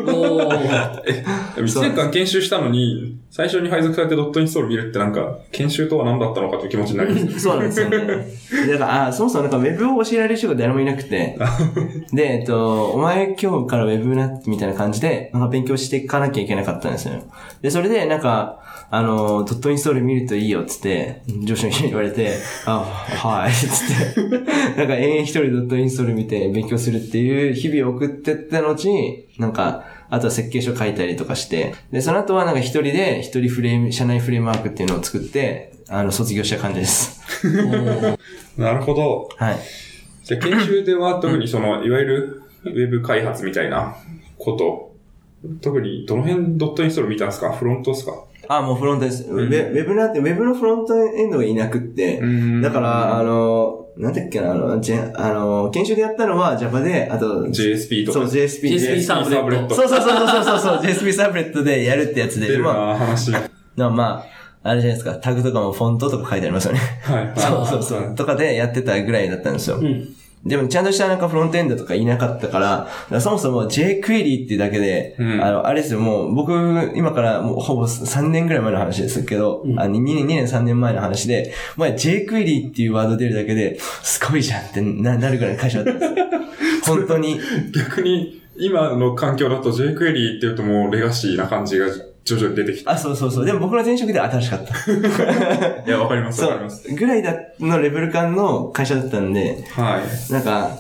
S1: おー
S2: 1年間研修したのに、最初に配属されてドットインストール見るってなんか、研修とは何だったのかという気持ちにな ります。
S3: そうなんですよね。だから、あそもそもなんかウェブを教えられる人が誰もいなくて、で、えっと、お前今日からウェブな、みたいな感じで、なんか勉強していかなきゃいけなかったんですよ。で、それで、なんか、あの、ドットインストール見るといいよっつって、上司の人に言われて、あ、はい、っつって、 なんか永遠一人ドットインストール見て勉強するっていう日々を送ってった後に、なんか、あとは設計書書いたりとかして、で、その後はなんか一人で、一人フレーム、社内フレームワークっていうのを作って、あの、卒業した感じです。
S2: なるほど。
S3: はい。
S2: じゃあ研修では特にその、いわゆるウェブ開発みたいなこと、特にどの辺ドットインストール見たんですかフロントですか
S3: あ、もうフロントです。ウェ
S2: ん
S3: ウェブなんて、ウェブのフロントエンドがいなくって、
S2: ん
S3: だから、あの、なんだっけな、あの、ジェあの研修でやったのは Java で、あと、
S2: JSP と
S3: そう、
S2: か。
S3: JSP で。
S1: JSP サーブレット
S2: ト
S3: そうそうそうそうそうそう、JSP サーブレットでやるってやつ
S2: 出
S3: で、
S2: る
S3: まあ、
S2: なあ話。はい
S3: まあ、まあ、あれじゃないですか、タグとかもフォントとか書いてありますよね。
S2: はい。
S3: そうそうそ
S2: は
S3: う。
S2: い。
S3: とかでやってたぐらいだったんですよ。
S1: うん。
S3: でも、ちゃんとしたなんかフロントエンドとかいなかったから、だからそもそも JQuery っていうだけで、
S2: うん
S3: あの、あれですよ、もう僕、今からもうほぼ3年ぐらい前の話ですけど、
S1: うん
S3: あの2年、2年、3年前の話で、お前 JQuery っていうワード出るだけで、すごいじゃんってななるぐらいの会社だったんです よ。本当に。
S2: 逆に、今の環境だと JQuery っていうともうレガシーな感じが徐々に出てきた。
S3: あ、そうそうそう。でも僕の前職では新しかった。
S2: いや、わかります、
S3: そ
S2: わかります。
S3: う。ぐらいだ、のレベル感の会社だったんで、
S2: はい。
S3: なんか、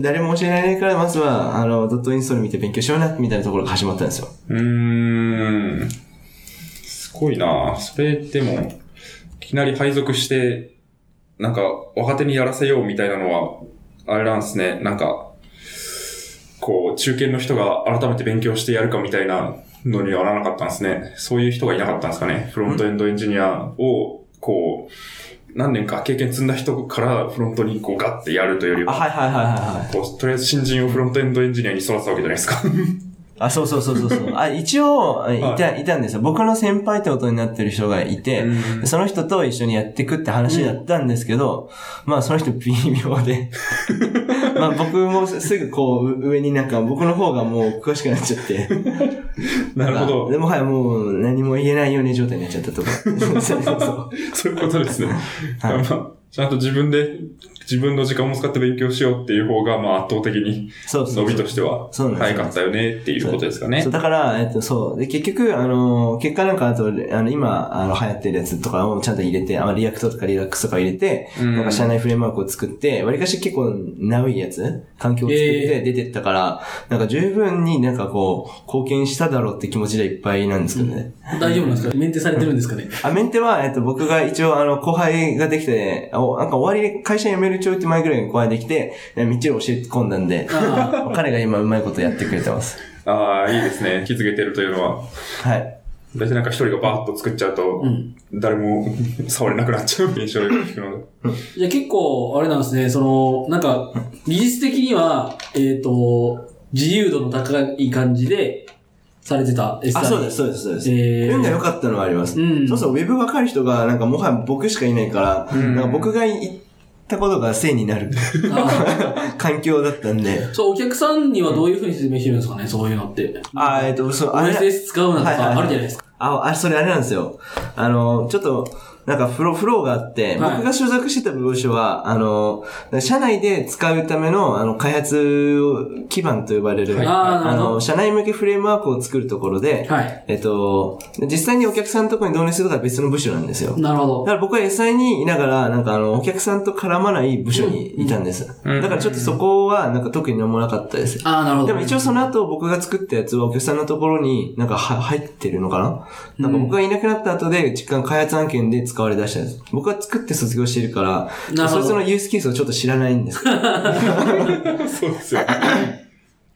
S3: 誰も教えられないから、まずは、あの、ドットインストール見て勉強しような、みたいなところが始まったんですよ。
S2: うーん。すごいなそれでも、いきなり配属して、なんか、若手にやらせようみたいなのは、あれなんですね。なんか、こう、中堅の人が改めて勉強してやるかみたいなのにはならなかったんですね。そういう人がいなかったんですかね。フロントエンドエンジニアを、こう、何年か経験積んだ人からフロントにこうガッてやるというより
S3: あ、
S2: は、
S3: はいはいはいはいはい。
S2: こうとりあえず新人をフロントエンドエンジニアに育てたわけじゃないですか。
S3: あ、そうそうそうそうそう。 あ、一応、いた、いたんですよ。僕の先輩ってことになってる人がいて、
S2: うん
S3: その人と一緒にやってくって話だったんですけど、まあその人微妙 で、まあ僕もすぐこう上になんか僕の方がもう詳しくなっちゃって、
S2: なるほ
S3: まあ
S2: ど。
S3: でもはい、もう何も言えないような状態になっちゃ ったとか。そうそうそう。
S2: そういうことですね。
S3: はい
S2: まあちゃんと自分で、自分の時間も使って勉強しようっていう方が、まあ圧倒的に
S3: そうそうそう
S2: 伸びとしては
S3: そうなんです
S2: 早かったよねっていうことですかね
S3: そう、。だから、えっと、そう。で、結局、あの、結果なんか、あと、あの、今、あの、流行ってるやつとかをちゃんと入れて、あのリアクトとかリラックスとか入れて、
S2: うん
S3: なんか社内フレームワークを作って、わりかし結構、長いやつ、環境を作って出てったから、なんか十分になんかこう、貢献しただろうって気持ちでいっぱいなんですけどね。
S1: 大丈夫なんですかメンテされてるんですか ね
S3: あ、メンテは、えっと、僕が一応、あの、後輩ができて、あおなんか終わりで会社辞めるちょいって前ぐらいに後輩できて、え道を教え込んだんで、
S1: あ
S3: 彼が今うまいことやってくれてます。
S2: ああ、いいですね。気づけてるというのは。
S3: はい。
S2: 大体なんか一人がバーッと作っちゃうと、
S1: ん
S2: 誰も触れなくなっちゃう現象が聞くので。
S1: じゃあ結構、あれなんですね、その、なんか、技術的には、えっ、と、自由度の高い感じで、されてた SR。
S3: あ、そうです、そうです、そうです。
S1: えー
S3: 運が良かったのはあります。
S1: うん
S3: そうそう、ウェブわかる人が、なんかもはや僕しかいないから、
S2: うん
S3: なんか僕が行ったことが性になる
S1: あ
S3: 環境だったんで、
S1: そう、お客さんにはどういうふうに説明してるんですかね、そういうのって。
S3: あー、えっと、そう、あれ、
S1: OSS 使うなと
S3: はいはいはい
S1: かあるじゃないですか。
S3: あ、あそれあれなんですよ。あの、ちょっと、なんかフロ、フローがあって、
S1: はい
S3: 僕が所属してた部署は、あの、社内で使うための、あの、開発基盤と呼ばれる、
S2: はい
S1: あーな
S3: あ
S1: るほ
S3: の、
S1: ど
S3: 社内向けフレームワークを作るところで、
S1: はい。
S3: えっと、実際にお客さんのところに導入するとかは別の部署なんですよ。
S1: なるほ
S3: だ
S1: ど。
S3: から僕は SI にいながら、なんかあの、お客さんと絡まない部署にいたんです。
S2: うん
S3: だからちょっとそこは、なんか特に何もなかったです。
S1: ああ、なるほど。
S3: でも一応その後僕が作ったやつはお客さんのところになんかは入ってるのかな、なんか僕がいなくなった後で実間開発案件で使われ出したやつ。僕は作って卒業してるか
S1: な
S3: ら、
S1: るほ
S3: そい
S1: ど
S3: つのユースケースをちょっと知らないんです。
S2: そうですよ。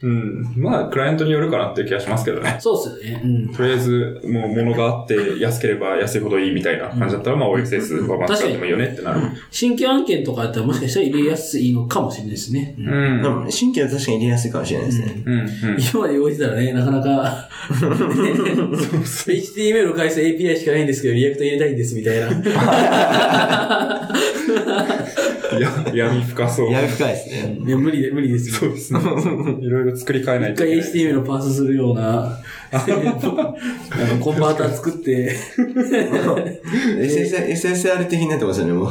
S2: うん。まあ、クライアントによるかなっていう気がしますけどね。
S1: そうですよね。うん。
S2: とりあえず、もう物があって、安ければ安いほどいいみたいな感じだったら、まあ OSS はまあ使ってもいいよねってなる。
S1: 新規案件とかやったらもしかしたら入れやすいのかもしれないですね。うん
S2: うん。
S3: で
S2: うん。
S3: も新規は確かに入れやすいかもしれないですね。
S2: うん。
S1: 今まで動いてたらね、なかなか、HTML の返す API しかないんですけど、リアクト入れたいんですみたいな。
S2: や闇深そう。
S3: やる深いですね。
S1: いや、無理で、無理ですよ。
S2: そうですね。いろいろ作り変えない
S1: 一
S2: とい
S1: 回
S2: けな
S1: HTML
S2: い。
S1: のパースするような、 あの、コンバーター作って、
S3: SSR SSR 的になってますよね、もう。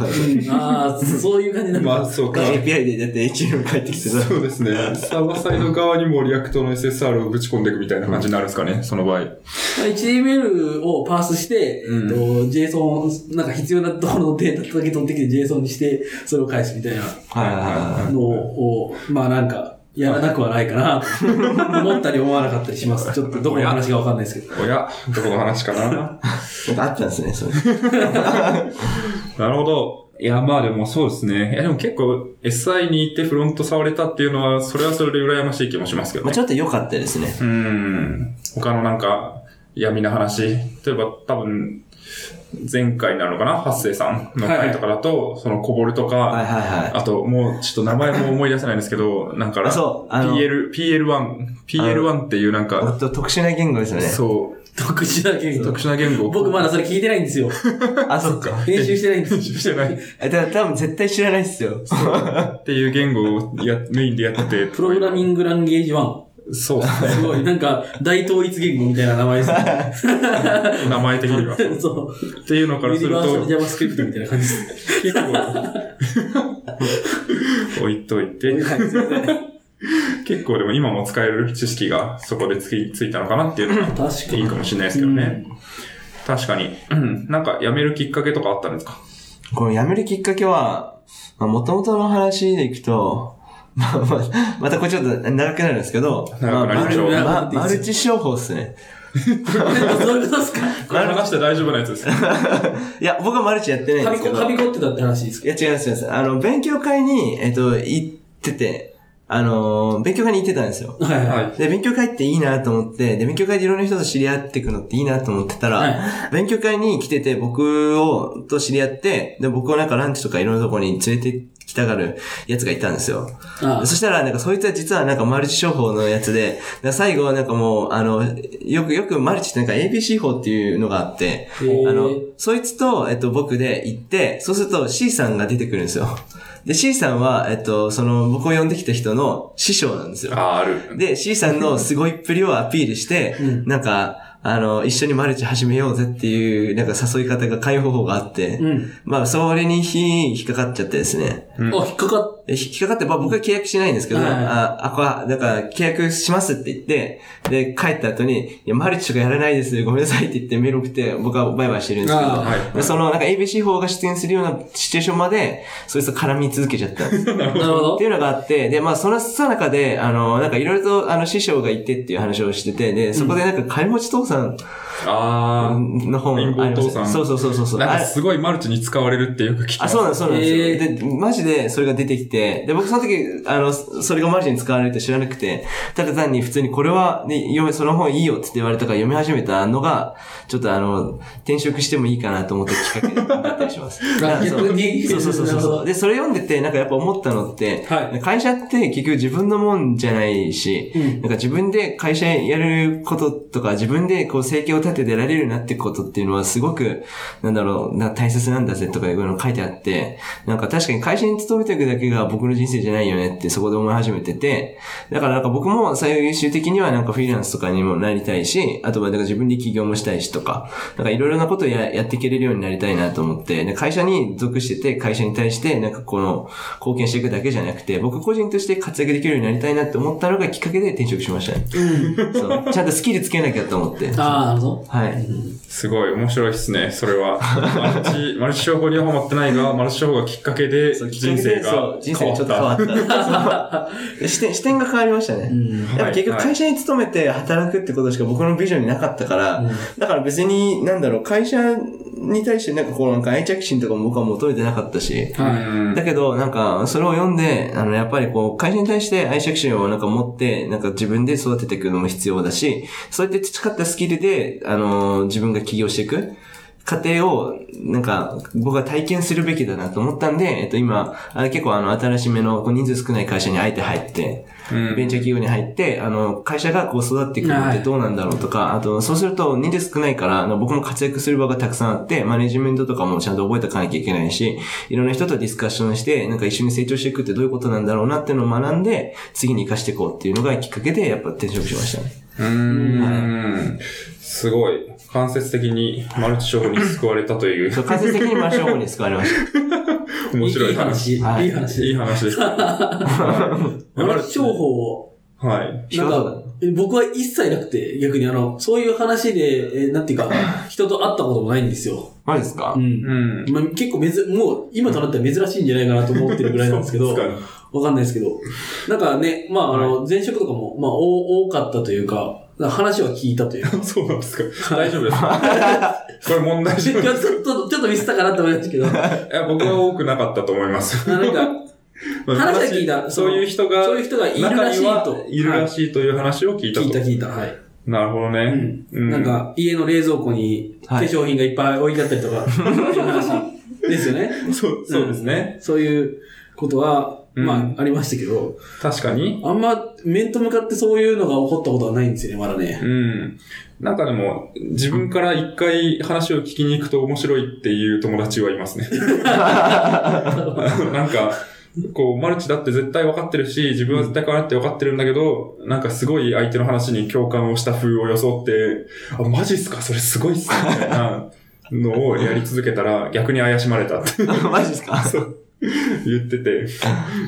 S1: ああ、そういう感じなんだ。
S2: まあ、そうか。
S3: API でだって HM 返ってきてさ。
S2: そうですね。サーバーサイド側にもリアクトの SSR をぶち込んでいくみたいな感じになるんですかね、その場合。
S1: HTML をパースして、えっ、
S2: うん
S1: と、JSON、なんか必要なところのデータだけ取ってきて JSON にして、それを返すみたいな
S3: はいはいはい。
S1: のを、まあなんか、やらなくはないかな、と思ったり思わなかったりします。ちょっとどこの話がわかんないですけど。
S2: おや、どこの話かな。
S3: なんかあったんですね、それ。
S2: なるほど。いや、まあでもそうですね。いや、でも結構 SI に行ってフロント触れたっていうのは、それはそれで羨ましい気もしますけど
S3: まあ
S2: ね。
S3: ちょっと良かったですね。
S2: うん。他のなんか、闇な話。例えば、多分、前回なのかな八世さんの回とかだと、そのこぼるとか、
S3: はいはいはい。
S2: あと、もう、ちょっと名前も思い出せないんですけど、なんか、
S3: あそうあの
S2: PL、PL1、PL1 っていうなん
S3: も
S2: か、
S3: っと特殊な言語ですよね。
S2: そう、
S1: 特殊な言語
S2: 特。殊な言語。
S1: 僕まだそれ聞いてないんですよ。
S3: あ、そっか。
S1: 編集してないんです
S2: 編集してない。っ
S3: え、だ多分絶対知らないっすよ。
S2: ていう言語をや、メインでやってて。
S1: プログラミングランゲージ1。
S2: そうですね。
S1: すごい、なんか、大統一言語みたいな名前ですね。
S2: 名前的には。っ
S1: そう。
S2: ていうのか
S1: ユ
S2: らす
S1: ニ
S2: る
S1: バーサ
S2: と
S1: ル、JavaScript みたいな感じです。
S2: 結構、 置いといて、
S1: はい、すいません。
S2: 結構でも今も使える知識がそこでつきついたのかなっていうのが
S1: 確かに
S2: いいかもしれないですけどね。確かに。うんなんか辞めるきっかけとかあったんですか
S3: この辞めるきっかけは、まあ、元々の話でいくと、 まあまあ、またこれちょっと長くなるんですけど、ま
S2: 長
S3: あ、
S2: くなり
S3: マ
S2: ま
S3: ル
S2: しょう
S3: まマルチ商法っすね。
S1: どういうことですか
S2: これ話して大丈夫なやつです。
S3: いや、僕はマルチやってないん
S1: は
S3: で
S1: び
S3: すけ
S1: こ、
S3: ど。
S1: はびこってたって話です
S3: い
S1: か
S3: や、違います、違います。あの、勉強会に、えっと、行ってて、あの、勉強会に行ってたんですよ。
S1: はいは。
S2: はいい。
S3: で、勉強会っていいなと思って、で、勉強会でいろんな人と知り合っていくのっていいなと思ってたら、
S1: はい
S3: 勉強会に来てて、僕を、と知り合って、で、僕をなんかランチとかいろんなとこに連れてきたがるやつがいたんですよ。
S1: ああ
S3: そしたら、なんか、そいつは実はなんかマルチ商法のやつで、なんか最後はなんかもう、あの、よくよくマルチってなんか ABC 法っていうのがあって、
S1: へー
S3: あの、そいつと、えっと、僕で行って、そうすると C さんが出てくるんですよ。で、C さんは、えっと、その、僕を呼んできた人の師匠なんですよ。
S2: ああ、ある。
S3: で、C さんのすごいっぷりをアピールして、
S1: うん
S3: なんか、あの、一緒にマルチ始めようぜっていう、なんか誘い方が、会方法があって、
S1: うん。
S3: まあ、それに引っかかっちゃってですね。
S2: うん
S1: あ、引っかかっ
S3: え引っかかって、まあ僕は契約しないんですけど、
S1: はいはい
S3: あ、あ、こは、だから契約しますって言って、で、帰った後に、いや、マルチとかやらないです、ごめんなさいって言ってメール送って、僕はバイバイしてるんですけど、
S1: あ
S2: は
S3: で
S2: い。
S3: その、なんか ABC 法が出演するようなシチュエーションまで、そいつと絡み続けちゃっ たんです。
S1: た。なるほ
S3: っ
S1: ど
S3: て。いうのがあって、で、まあ、そのさなかで、あの、なんかいろいろと、あの、師匠がいてっていう話をしてて、で、そこでなんか、金持ち父さん
S2: ああ。
S3: の本
S2: 貧乏父さん
S3: そうそうそうそうそう。
S2: なん
S3: あ
S2: か
S3: れ
S2: すごいマルチに使われるってよく聞きます。
S3: あ、そうなんです、そうなんですよ。
S1: え
S3: で、マジでそれが出てきて、で、僕その時、あの、そそれがマルチに使われるって知らなくて、ただ単に普通にこれは、ね、読め、その本いいよって言われたから読み始めたのが、ちょっとあの、転職してもいいかなと思って企画だったり します。
S1: あ逆に
S3: そうそうそうそ
S1: な
S3: う
S1: る
S3: そ
S1: ほ
S3: う。で、それ読んでて、なんかやっぱ思ったのって、
S1: はい
S3: 会社って結局自分のもんじゃないし、
S1: うん
S3: なんか自分で会社やることとか、自分でこう生計を立ててられるようになっていくことっていうのはすごく、なんだろう、な大切なんだぜとかいうの書いてあって、なんか確かに会社に勤めていくだけが僕の人生じゃないよねってそこで思い始めてて、だからなんか僕も最終的にはなんかフリーランスとかにもなりたいし、あとはなんか自分で起業もしたいしとか、なんかいろいろなことをややっていけれるようになりたいなと思って、で会社に属してて、会社に対してなんかこの貢献していくだけじゃなくて、僕個人として活躍できるようになりたいなって思ったのがきっかけで転職しましたね。そう。ちゃんとスキルつけなきゃと思って。
S1: ど。ああ、なるほど。
S3: はい。
S2: すごい面白いですね、それは。マ ルチ、マルチ商法にはハマってないが、マルチ商法がきっかけで
S3: そう
S2: 人生
S3: そ
S2: が
S3: う人生がちょっと変わった。そう視点視点が変わりましたね。
S1: ん
S3: やっぱ結
S2: はい
S3: 局会社に勤めて働くってことしか僕のビジョンになかったから、だから別に、なんだろう、会社に対してなんかこうなんか愛着心とかも僕は求めてなかったし、
S2: う
S1: はい。
S2: ん
S3: だけど、なんか、それを読んで、あの、やっぱりこう、会社に対して愛着心をなんか持って、なんか自分で育てていくのも必要だし、そうやって培ったスキルで、あの、自分が起業していく過程を、なんか、僕は体験するべきだなと思ったんで、えっと、今、あの結構あの、新しめの、こう人数少ない会社にあえて入って、
S2: うん
S3: ベンチャー企業に入って、あの、会社がこう育っていくのってどうなんだろうとか、あと、そうすると人数少ないから、あの僕も活躍する場がたくさんあって、マネジメントとかもちゃんと覚えておかなきゃいけないし、いろんな人とディスカッションして、なんか一緒に成長していくってどういうことなんだろうなっていうのを学んで、次に活かしていこうっていうのがきっかけで、やっぱ転職しましたね。
S2: うーん。すごい。間接的にマルチ商法に救われたという
S3: そう、間接的にマッシュ方に救われま し た。
S2: 面白
S1: い
S2: い
S1: い話。い
S2: 話。
S1: い
S3: はい
S1: 話。
S2: いい話 です。はい
S1: 俺、情報を、
S2: はい。
S3: 仕事だね
S1: え僕は一切なくて、逆にあの、そういう話で、えなんていうか、人と会ったこともないんですよ。
S3: マジですか
S1: うん
S2: うん。
S1: まあ、結構めず、もう今となっては珍しいんじゃないかなと思ってるぐらいなんですけ ど、
S2: そう
S1: わ
S2: です
S1: かんないですけど、なんかね、まああの、前職とかも、まあお多かったというか、話は聞いた というか。
S2: かそうなんですか。大丈夫ですか これ問題
S1: ちょ
S2: じゃ
S1: っ
S2: ない
S1: と、ちょっとちょっとミスったかなって思いましたけど、あ
S2: いや僕は多くなかったと思います。
S1: なんか、話は聞いた
S2: そういう人が、
S1: そういう人がいるらしい
S2: 中
S1: と。
S2: にはいるらしいという話を聞いた
S1: はい
S2: と。
S1: 聞いた聞いた。はい。
S2: なるほど
S1: う
S2: ね
S1: ん。なん、か、家の冷蔵庫に化
S3: はい
S1: 粧品がいっぱい置いてあったりと か、いう話ですよね。
S2: そう、そうですね。
S1: そういうことは、
S2: うん
S1: まあ、ありましたけど、
S2: 確かに。
S1: あんま、面と向かってそういうのが起こったことはないんですよね、まだね。
S2: うん。なんかでも、自分から一回話を聞きに行くと面白いっていう友達はいますね。 なんか、こう、マルチだって絶対分かってるし、自分は絶対こうやって分かってるんだけど、なんかすごい相手の話に共感をした風を装って、あ、マジっすかそれすごいっすねみたいなのをやり続けたら、逆に怪しまれたって
S3: マジですか
S2: 言ってて、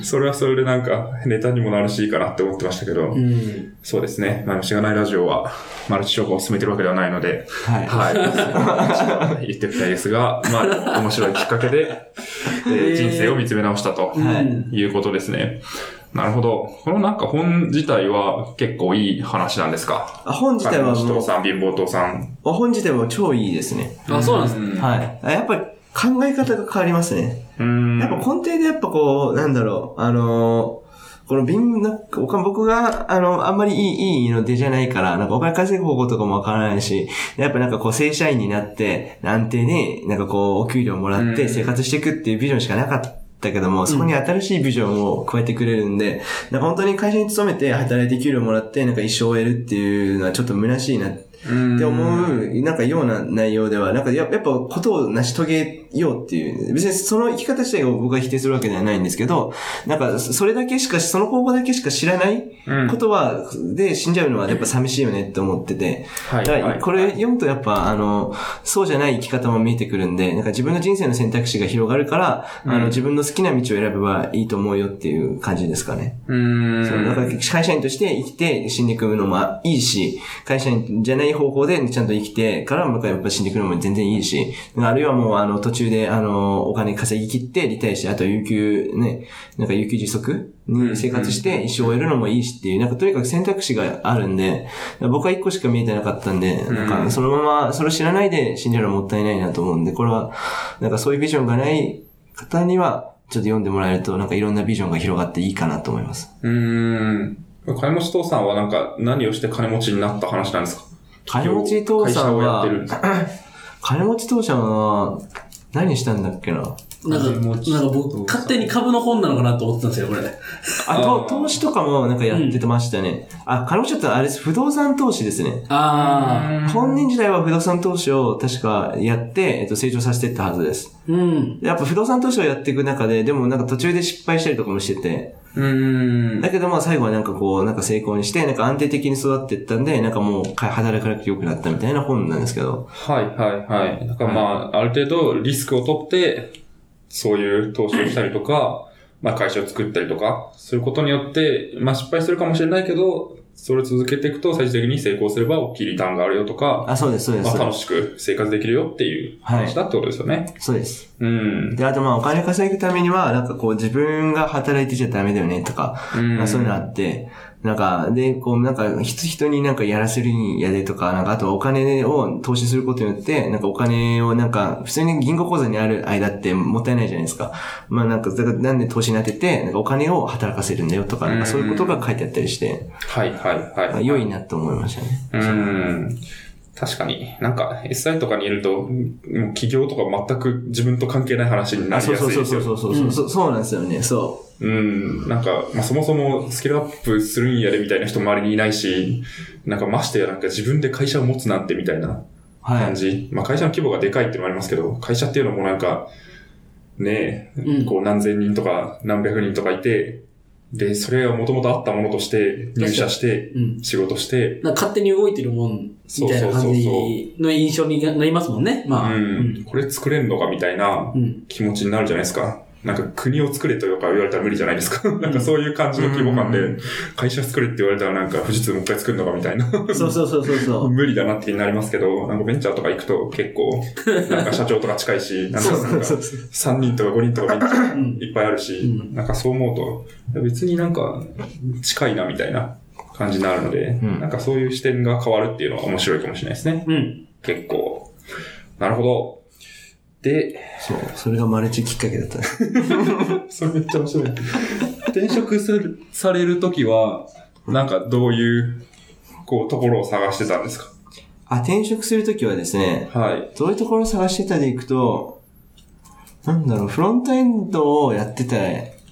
S2: それはそれでなんかネタにもなるしいいかなって思ってましたけど、
S1: うん。
S2: そうですね。まあ、しがないラジオは、マルチ商法を進めてるわけではないので、
S3: はい。
S2: はい。言ってみたいですが、まあ、面白いきっかけで、えー
S1: えー
S2: 人生を見つめ直したと
S3: はい
S1: うん
S2: いうことですね。なるほど。このなんか本自体は結構いい話なんですか
S3: あ本自体は
S2: 金持ち
S3: も
S2: 父さん、貧乏父さん。
S3: う、本自体は超いいですね。
S1: あ、そうなんですね。
S2: ね。
S3: はい。あやっぱり考え方が変わりますね。
S2: うん。
S3: やっぱ根底でやっぱこう、なんだろう、あのーこの瓶、なんか、お金僕が、あの、あんまりいい、いいの出じゃないから、なんかお金稼ぐ方法とかもわからないし、やっぱなんかこう、正社員になって、安定に、なんかこう、お給料もらっ
S2: う
S3: て
S2: ん
S3: 生活していくっていうビジョンしかなかった。だけども、そこに新しいビジョンを加えてくれるんで、なんか本当に会社に勤めて働いて給料もらって、なんか一生を得るっていうのはちょっと虚しいなって
S2: うん
S3: って思う、なんかような内容では、なんかややっぱことを成し遂げようっていう、別にその生き方自体を僕は否定するわけではないんですけど、なんかそれだけしか、その方法だけしか知らない
S2: うん
S3: ことは、で死んじゃうのはやっぱ寂しいよねって思ってて、
S2: はい
S3: だか
S2: は
S3: ら
S2: い
S3: これ読むとやっぱ、あの、そうじゃない生き方も見えてくるんで、なんか自分の人生の選択肢が広がるから、あ
S2: うん
S3: の自分の好きな道を選べばいいと思うよっていう感じですかね。
S2: うーん。
S3: そう、だから会社員として生きて死んでいくのもいいし、会社員じゃない方法でちゃんと生きてからもやっぱ死んでいくのも全然いいし、あるいはもうあの途中であのお金稼ぎ切ってリタイアして、あと有給ね、なんか有給自足に生活して一生終えるのもいいしっていう、なんかとにかく選択肢があるんで、僕は一個しか見えてなかったんで、
S2: ん
S3: なんかそのままそれを知らないで死んじゃうのはもったいないなと思うんで、これはなんかそういうビジョンがない方には、ちょっと読んでもらえると、なんかいろんなビジョンが広がっていいかなと思います。
S2: うーん。金持ち父さんはなんか何をして金持ちになった話なんですか
S3: 金持ち父さん
S2: 会
S3: は
S2: 社をやってるんですか
S3: 金持ち当社は、何したんだっけな。
S1: なん
S2: 金持
S1: か、
S2: ち
S1: なんか僕、勝手に株の本なのかなと思ってたんですよ、これ。
S2: あ
S3: あ
S2: ー
S3: と、投資とかもなんかやってましたね。あ、金持ちだったらあれです。不動産投資ですね。
S1: ああ、
S3: 本人自体は不動産投資を確かやって、えっと、成長させてったはずです。
S1: うん。
S3: でやっぱ不動産投資をやっていく中で、でもなんか途中で失敗したりとかもしてて、
S2: うーん。
S3: だけどまあ最後はなんかこう、なんか成功にして、なんか安定的に育っていったんで、なんかもうか働かなくて良くなったみたいな本なんですけど。
S2: はいはいはい。だからまあ、ある程度リスクを取って、そういう投資をしたりとか、まあ会社を作ったりとか、そういうことによって、まあ失敗するかもしれないけど、それを続けていくと最終的に成功すれば大きいリターンがあるよとか、
S3: あ、そうです、そうです
S2: まあ。楽しく生活できるよっていう話だってことですよね。
S3: そうです。
S2: うん。
S3: で、あとまあお金稼ぐためには、なんかこう自分が働いてちゃダメだよねとか、
S2: うん
S3: まあそういうのあって、なんか、で、こうなんか人人になんかやらせるんやでとか、なんかあとはお金を投資することによって、なんかお金をなんか、普通に銀行口座にある間ってもったいないじゃないですか。まあなんか、だからなんで投資に当てて、なんかお金を働かせるんだよとか、なんかそういうことが書いてあったりして、
S2: はいはい
S3: ま
S2: は
S3: あ
S2: い。
S3: 良いなと思いましたね。
S2: うん。確かに。なんか、SI とかにいると、もう企業とか全く自分と関係ない話にな
S3: あ
S2: り
S3: そう
S2: やす
S3: そう
S2: い
S3: そ
S2: で
S3: う
S2: す
S3: そ
S2: よ
S3: う。そうそう、そうそうなんですよね、そう。
S2: うん。なんか、まあ、そもそもスキルアップするんやでみたいな人周りにいないし、なんかましてやなんか自分で会社を持つなんてみたいな
S3: は
S2: 感
S3: い。
S2: じ。まあ、会社の規模がでかいってのもありますけど、会社っていうのもなんか、ねえ、
S1: うん
S2: こう何千人とか何百人とかいて、で、それはもともとあったものとして入社して、
S1: うん。
S2: 仕事して、
S1: なんか勝手に動いてるもん、みたいな感じの印象になりますもんね。まあ。
S2: うん、これ作れんのかみたいな
S1: うん。
S2: 気持ちになるじゃないですか。なんか国を作れとか言われたら無理じゃないですか。なんかそういう感じの規模感
S3: う
S2: で、会社作れって言われたらなんか富士通もう一回作るのかみたいな。
S3: そうそ うそうそうそう。
S2: 無理だなって気になりますけど、なんかベンチャーとか行くと結構、なんか社長とか近いし、なんか
S3: そう
S2: なんか
S3: そうそう。
S2: 3人とか5人とかベンチャ
S1: うん
S2: ーいっぱいあるし
S1: う、
S2: なんかそう思うと、別になんか近いなみたいな感じになるので、
S3: うん
S2: なんかそういう視点が変わるっていうのは面白いかもしれないですね。
S1: うん。
S2: 結構。なるほど。で、
S3: そう。それがマルチきっかけだった。
S2: それめっちゃ面白い。転職する、されるときは、なんかどういう、こう、ところを探してたんですか
S3: あ、転職するときはですね、
S2: はい。
S3: どういうところを探してたでいくと、なんだろう、フロントエンドをやってた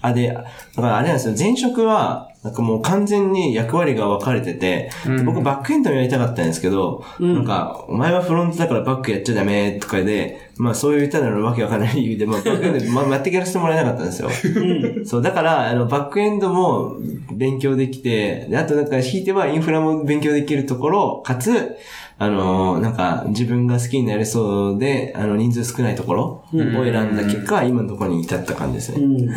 S3: あ、で、だからあれなんですよ、前職は、なんかもう完全に役割が分かれてて、
S2: うん
S3: 僕バックエンドもやりたかったんですけど、
S1: うん
S3: なんか、お前はフロントだからバックやっちゃダメとかで、まあそういうただのわけわかんない理由で、まあバックエンドで、まあ、全くやらせてもらえなかったんですよ。
S1: うん。
S3: そう、だから、あの、バックエンドも勉強できて、であとなんか、引いてはインフラも勉強できるところ、かつ、あのーなんか、自分が好きになれそうで、あの、人数少ないところを
S1: うん
S3: 選んだ結果、今のところに至った感じです
S1: う
S3: ね。
S1: ん。
S2: な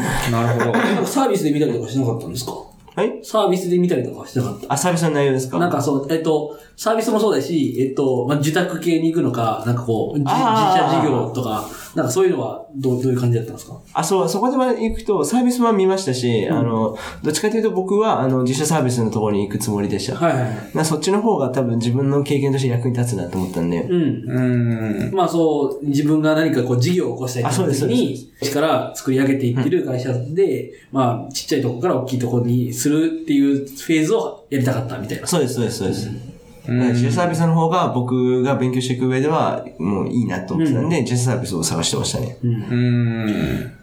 S2: るほど。
S1: サービスで見たりとかしなかったんですか
S3: はい
S1: サービスで見たりとかはしなかっ
S3: あ、サービスの内容です
S1: た。
S3: か
S1: なんかそう、えっと、サービスもそうだし、えっと、まあ、受託系に行くのか、なんかこう、じ自
S3: あー
S1: 社事業とか、なんかそういうのはどうどういう感じだったんですか
S3: あ、そう、そこで行くと、サービスも見ましたし、あの、どっちかというと僕は、あの、自社サービスのところに行くつもりでした。
S1: はいはいはい。
S3: なそっちの方が多分自分の経験として役に立つなと思ったんで、
S1: うん。
S2: うーん。
S1: まあそう、自分が何かこう事業を起こしたい
S3: あそうです
S1: 時に、一から作り上げていってる会社で、まあちっちゃいとこから大きいとこにするっていうフェーズをやりたかったみたいな。
S3: そうです、そうです、そうです。
S2: ん
S3: だからジェスサービスの方が僕が勉強していく上ではもういいなと思ってたんで、ジェスサービスを探してましたね。
S1: うん。
S2: うーん。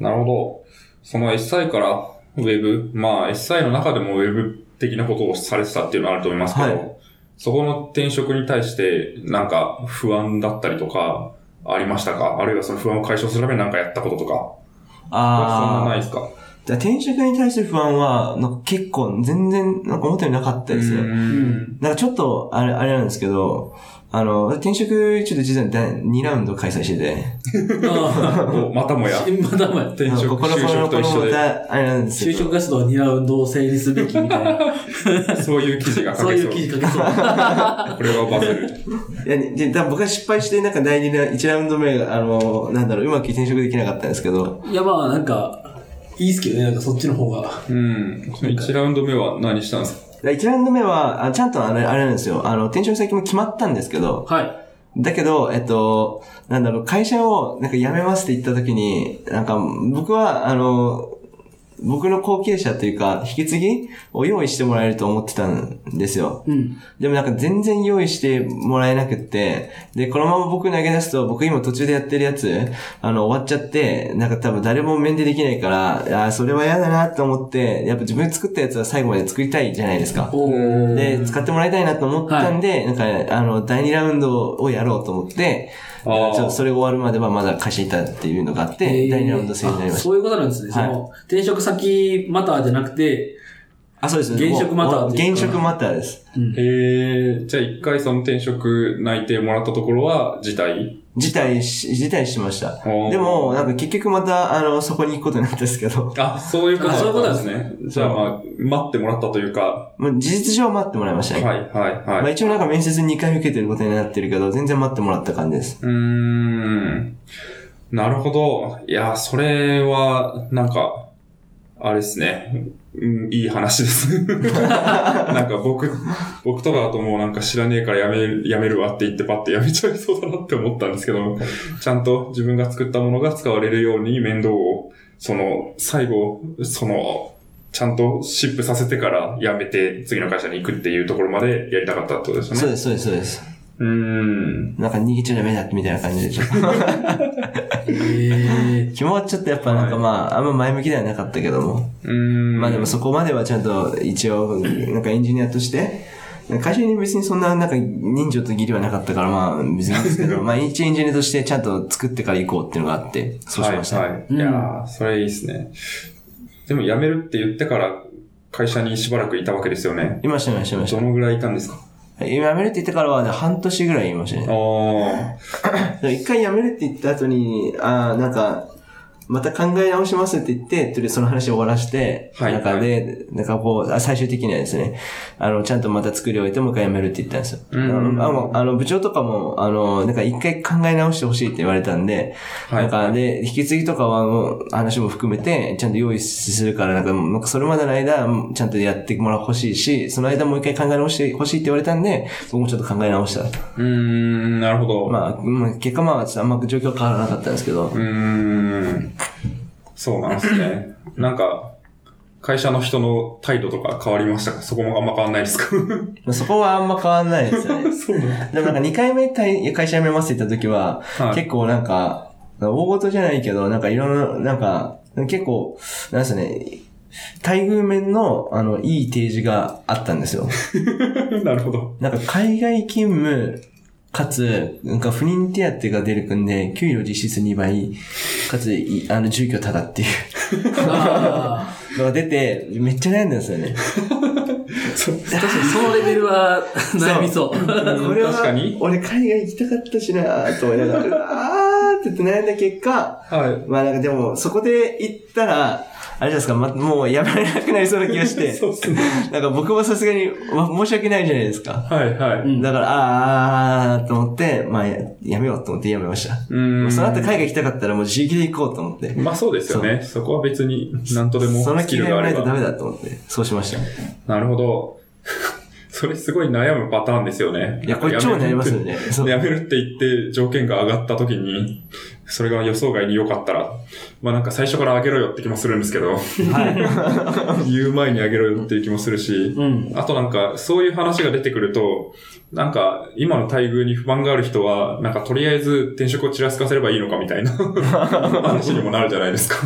S2: なるほど。その SI からウェブ、まあ SI の中でもウェブ的なことをされてたっていうのはあると思いますけど、
S3: はい
S2: そこの転職に対してなんか不安だったりとかありましたかあるいはその不安を解消するためになんかやったこととか、そんなない
S3: ああ。
S2: ですか
S3: じゃあ転職に対する不安は、なんか結構全然、なんか思ったよりなかったですね。
S2: うん
S3: なんかちょっと、あれ、あれなんですけど、あの、転職、ちょっと実は2ラウンド開催してて、
S1: あ
S2: おまたもや。
S1: あ、まだまやって
S2: 転
S3: あ
S2: 職
S3: のここの、こ
S2: 就
S3: の、
S2: 職
S3: こと
S2: 一緒
S3: の、ま
S2: で
S3: た、あれなんです
S1: 就
S3: けど
S1: 職活動を担う運動を整理すべきみたいな。
S2: そういう記事が書
S1: そう
S2: け
S1: い
S2: そう
S1: う。記事書けそう。
S2: これはバズる。
S3: いや、で、だ僕は失敗して、なんか第2ラウンド、1ラウンド目が、あの、なんだろう、うまく転職できなかったんですけど、
S1: いや、まあ、なんか、いいっすけどね、なんかそっちの方が。
S2: うん。その1ラウンド目は何したんですか
S3: 1ラウンド目は、あちゃんとあれ、あれなんですよ、あの、転職先も決まったんですけど、
S1: はい。
S3: だけど、えっと、なんだろう、会社をなんか辞めますって言った時に、なんか僕は、あの、僕の後継者というか、引き継ぎを用意してもらえると思ってたんですよ。
S1: うん。
S3: でもなんか全然用意してもらえなくって、で、このまま僕投げ出すと、僕今途中でやってるやつ、あの、終わっちゃって、なんか多分誰も面でできないから、ああー、それは嫌だなと思って、やっぱ自分で作ったやつは最後まで作りたいじゃないですか。
S1: おー
S3: で、使ってもらいたいなと思ったんで、なんか、あの、第2ラウンドをやろうと思って、ち
S2: あー
S3: ょっとそれ終わるまではまだ会社にいたっていうのがあっ
S1: え
S3: て、
S1: ー
S3: 第2ラウンド制になりま
S1: あ
S3: した。
S1: そういうことなんですね。そ
S3: はい
S1: の、転職先またじゃなくて、
S3: あ、そうです。
S1: 現職マター
S3: もう
S1: っていう
S3: 現職マターです。
S1: うん
S2: へえ、じゃあ一回その転職内定もらったところは辞退
S3: 辞退し、辞退しました。
S2: おー
S3: でも、なんか結局また、あの、そこに行くことになったんですけど、
S2: あ、そういうこと
S1: あそういうこと
S2: だ
S1: な
S2: っ
S1: ん
S2: た
S1: です
S2: んで
S1: ね
S2: すね。じゃあまあ、待ってもらったというか、
S3: まあ事実上待ってもらいました
S2: はい
S3: ね。
S2: はい
S3: まあ
S2: はい。
S3: 一応なんか面接2回受けてることになってるけど、全然待ってもらった感じです。
S2: うーん。なるほど。いや、それは、なんか、あれですね。うん、いい話です。 なんか僕、僕とかだともうなんか知らねえからやめる、やめるわって言ってパッてやめちゃいそうだなって思ったんですけど、ちゃんと自分が作ったものが使われるように面倒を、その、最後、その、ちゃんとシップさせてからやめて次の会社に行くっていうところまでやりたかったってことですよね。
S3: そうです、そうです、そうです。
S2: うーん。
S3: なんか逃げちゃダメだみたいな感じで、ちょっと。
S1: え
S3: 気持ちちょっとやっぱなんかまあ、あんま前向きではなかったけども。
S2: うーん。
S3: まあでもそこまではちゃんと一応、なんかエンジニアとして、会社に別にそんな、なんか人情と義理はなかったから、まあ別にですけ ど、まあ一エンジニアとしてちゃんと作ってから行こうっていうのがあって、そうしました。
S2: はい、はい。いやーそれいいですね。でも辞めるって言ってから会社にしばらくいたわけですよね。
S3: いました、いました、いまし
S2: どのぐらいいたんですか
S3: た。辞めるって言ってからは、ね、半年ぐらいいました
S2: あ
S3: ね。
S2: あ。
S3: でも一回辞めるって言った後に、ああ、なんか、また考え直しますって言って、とりあえずその話を終わらして、
S2: はい
S3: なんかで、なんかこう、あ最終的にはですね、あの、ちゃんとまた作り終えてもう一回辞めるって言ったんですよ。
S2: うんうんうん
S3: あのあの、部長とかも、あの、なんか一回考え直してほしいって言われたんで、
S2: はい
S3: なんかで、引き継ぎとかはもう、話も含めて、ちゃんと用意するから、なんか、なんかそれまでの間、ちゃんとやってもらってほしいし、その間もう一回考え直してほしいって言われたんで、僕もちょっと考え直した。
S2: うーん、なるほど。
S3: まあ、まあ、結果まあ、ちょっとあんま状況は変わらなかったんですけど
S2: う、ーん。そうなんですね。なんか、会社の人の態度とか変わりましたかそこもあんま変わんないですか
S3: そこはあんま変わんないですよ ね。
S2: そうなん
S3: でもなんか2回目退会社辞めますって言った時は、
S2: はい
S3: 結構なんか、大事じゃないけど、なんかいろんな、なんか、結構、なんですかね、待遇面の、あの、いい提示があったんですよ。
S2: なるほど。
S3: なんか海外勤務、かつ、なんか不妊手当が出るくんで、給料実質2倍、かつ、いあの、住居ただってい
S1: えああ
S3: うのが出て、めっちゃ悩んだんですよね。
S1: 確かにそのレベルは悩みそう。
S3: これは
S2: 確かに
S3: 俺海外行きたかったしなーと思いながら、 うわーって言って悩んだ結果、
S2: は
S3: まあなんかでも、そこで行ったら、あれじゃないですか、ま、もうやめられなくなりそうな気がし
S2: い。
S3: て、
S2: そうっすね。
S3: なんか僕もさすがに、わ申し訳ないじゃないですか。
S2: はいはい。う
S1: うん
S3: だから、あーあーあーと思って、まあややめようと思ってやめました。
S2: ーん。
S3: その後海外行きたかったらもう自力で行こうと思って。
S2: まあそうですよね。そこは別に何とでも
S3: その
S2: スキ
S3: 気
S2: ル
S3: が
S2: があ
S3: な
S2: れ
S3: い
S2: ば
S3: とダ。メだと思って、そうしました。い
S2: なるほど。 それすごい悩むパターンですよね。
S3: や、こっちも
S2: やめるって
S3: なりますよね。そう
S2: やめるって言って条件が上がった時に、それが予想外に良かったら、まあなんか最初から上げろよって気もするんですけど、 言う前に上げろよっていう気もするし、
S1: うん。
S2: あとなんかそういう話が出てくると、なんか、今の待遇に不満がある人は、なんかとりあえず転職をちらつかせればいいのかみたいな 話にもなるじゃないですか。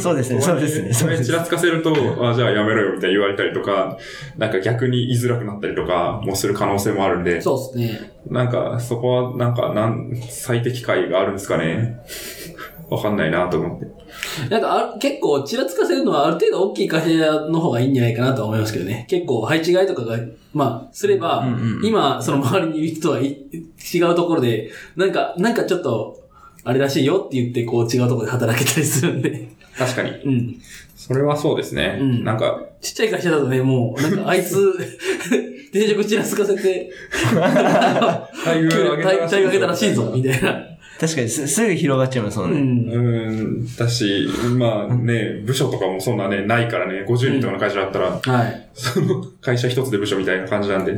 S3: そうですね、そうですね、
S2: そ
S3: そう
S2: れ
S3: で
S2: ち
S3: すね。
S2: らつかせると、あ、じゃあやめろよみたいに言われたりとか、なんか逆に言いづらくなったりとかもする可能性もあるんで、
S1: そうですね。
S2: なんかそこはなんかなん最適解があるんですかね。わかんないなと思って。
S1: なんかあ、結構、ちらつかせるのはある程度大きい会社の方がいいんじゃないかなとは思いますけどね。結構、配置換えとかが、まあ、すれば、
S3: うんうんうん
S1: 今、その周りにいる人はい違うところで、なんか、なんかちょっと、あれらしいよって言って、こう違うところで働けたりするんで。
S2: 確かに。
S1: うん。
S2: それはそうですね。
S1: うん
S2: なんか、
S1: ちっちゃい会社だとね、もう、なんか、あいつ、 転職ちらつかせて、給
S2: 待
S1: 料、待
S2: らし
S1: 待
S2: い
S1: 遇上げたらしいぞ、みたいな。
S3: 確かにす、すぐ広がっちゃいますも
S1: うん
S3: ね。
S1: ん。
S2: うん、だし、まあね、部署とかもそんなね、ないからね、50人とかの会社だったら、
S1: はい。
S2: その会社一つで部署みたいな感じなんで。